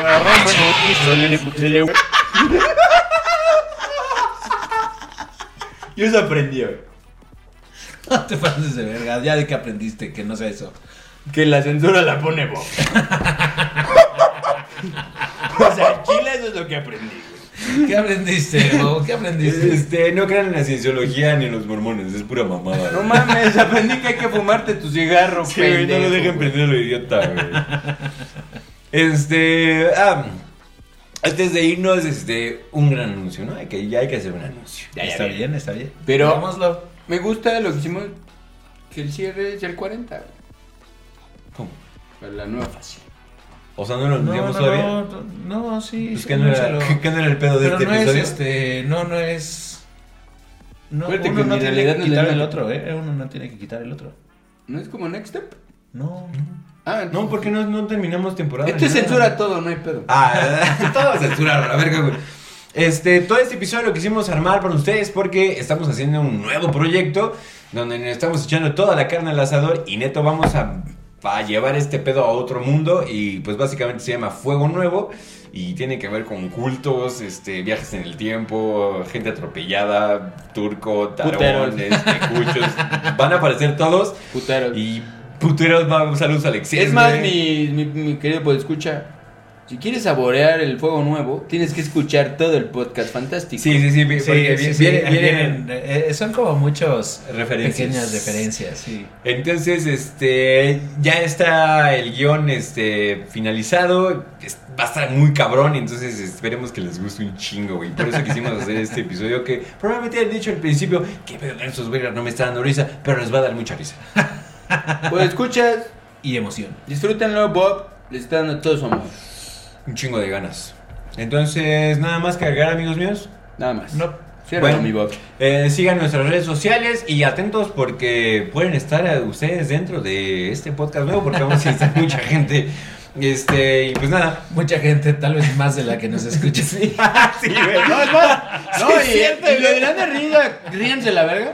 Speaker 5: Yo se aprendí hoy.
Speaker 1: No te pases de verga. Ya de que aprendiste que no sea eso.
Speaker 5: Que la censura la pone vos. o sea, Chile eso es lo que aprendí. güey.
Speaker 1: ¿Qué aprendiste, Mau? ¿Qué aprendiste?
Speaker 4: Este, no crean en la cienciología ni en los mormones, es pura mamada.
Speaker 5: No
Speaker 4: güey.
Speaker 5: mames, aprendí que hay que fumarte tu cigarro,
Speaker 4: Sí, güey, no lo dejen
Speaker 5: güey.
Speaker 4: prender lo idiota, güey. Este, ah, antes de irnos, este, un gran anuncio, ¿no? Hay que, ya hay que hacer un anuncio.
Speaker 1: Ya, ya, está bien, está bien.
Speaker 5: Pero-
Speaker 1: Hagámoslo.
Speaker 5: Me gusta lo que hicimos, que el cierre es el 40, güey.
Speaker 4: ¿Cómo?
Speaker 5: Para la nueva fase.
Speaker 4: O sea, no lo
Speaker 1: No, no,
Speaker 4: anunciamos todavía.
Speaker 1: no, no, sí.
Speaker 4: Pues,
Speaker 1: sí,
Speaker 4: ¿qué, no era,
Speaker 1: anúncialo.
Speaker 4: qué- qué no era el pedo de
Speaker 1: Pero
Speaker 4: este
Speaker 1: no
Speaker 4: episodio?
Speaker 1: es este. No, no es. No,
Speaker 5: Acuérdate
Speaker 1: uno
Speaker 5: que
Speaker 1: no
Speaker 5: en
Speaker 1: tiene
Speaker 5: realidad
Speaker 1: que
Speaker 5: no
Speaker 1: quitar
Speaker 5: le-
Speaker 1: el otro, ¿eh? Uno no tiene que quitar el otro.
Speaker 5: ¿No es como Next Step?
Speaker 1: No.
Speaker 5: Ah,
Speaker 4: No, porque no, no terminamos temporada.
Speaker 5: Esto
Speaker 4: ni
Speaker 5: es
Speaker 4: nada.
Speaker 5: censura todo, no hay pedo.
Speaker 4: Ah, todo censurado, la verga, güey. Este, todo este episodio lo quisimos armar para ustedes porque estamos haciendo un nuevo proyecto donde nos estamos echando toda la carne al asador y neto vamos a, a llevar este pedo a otro mundo y pues básicamente se llama Fuego Nuevo y tiene que ver con cultos, este, viajes en el tiempo, gente atropellada, turco,
Speaker 5: Puteros.
Speaker 4: tarón, este, cuchos. Van a aparecer todos
Speaker 5: Putero.
Speaker 4: y puteros, va- saludos Alexis.
Speaker 5: es más,
Speaker 4: güey.
Speaker 5: mi, mi, mi querido pues escucha. Si quieres saborear el fuego nuevo, tienes que escuchar todo el podcast fantástico.
Speaker 4: Sí, sí, sí,
Speaker 1: Sí,
Speaker 4: porque
Speaker 1: sí,
Speaker 4: vi-
Speaker 1: sí,
Speaker 4: vienen-
Speaker 1: ahí
Speaker 4: vienen-
Speaker 1: vienen, eh, son como muchos
Speaker 4: Referencias.
Speaker 1: pequeñas referencias, sí.
Speaker 4: Entonces, este, ya está el guión este, finalizado. Es- va a estar muy cabrón, entonces esperemos que les guste un chingo, güey. Por eso quisimos hacer este episodio que probablemente han dicho al principio que pedo con estos vergas no me está dando risa, pero les va a dar mucha risa.
Speaker 5: Pues escuchas,
Speaker 1: Y emoción.
Speaker 5: disfrútenlo, Bob. Les está dando todo su amor.
Speaker 4: Un chingo de ganas. Entonces, nada más que agregar, amigos míos.
Speaker 5: Nada más.
Speaker 1: No.
Speaker 5: Cierra
Speaker 4: Bueno.
Speaker 5: mi Bob.
Speaker 4: Eh, sigan nuestras redes sociales y atentos porque pueden estar eh, ustedes dentro de este podcast nuevo porque vamos a estar mucha gente. Este, y pues nada,
Speaker 1: Mucha gente, tal vez más de la que nos escucha. sí.
Speaker 4: Sí, güey.
Speaker 5: No, es más. No,
Speaker 4: es
Speaker 5: y,
Speaker 4: cierto,
Speaker 5: y lo
Speaker 4: güey.
Speaker 5: dirán de risa, ríanse la verga.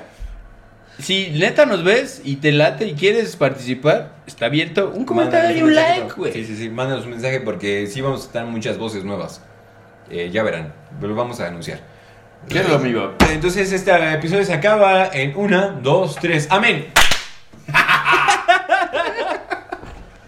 Speaker 5: Si neta nos ves y te late y quieres participar, está abierto. Un comentario y un
Speaker 4: mensajito.
Speaker 5: like, güey.
Speaker 4: Sí, sí, sí, mándanos un mensaje porque sí vamos a estar muchas voces nuevas. Eh, ya verán, lo vamos a anunciar.
Speaker 5: Cierra mi Bob.
Speaker 4: Entonces este episodio se acaba en una, dos, tres. Amén.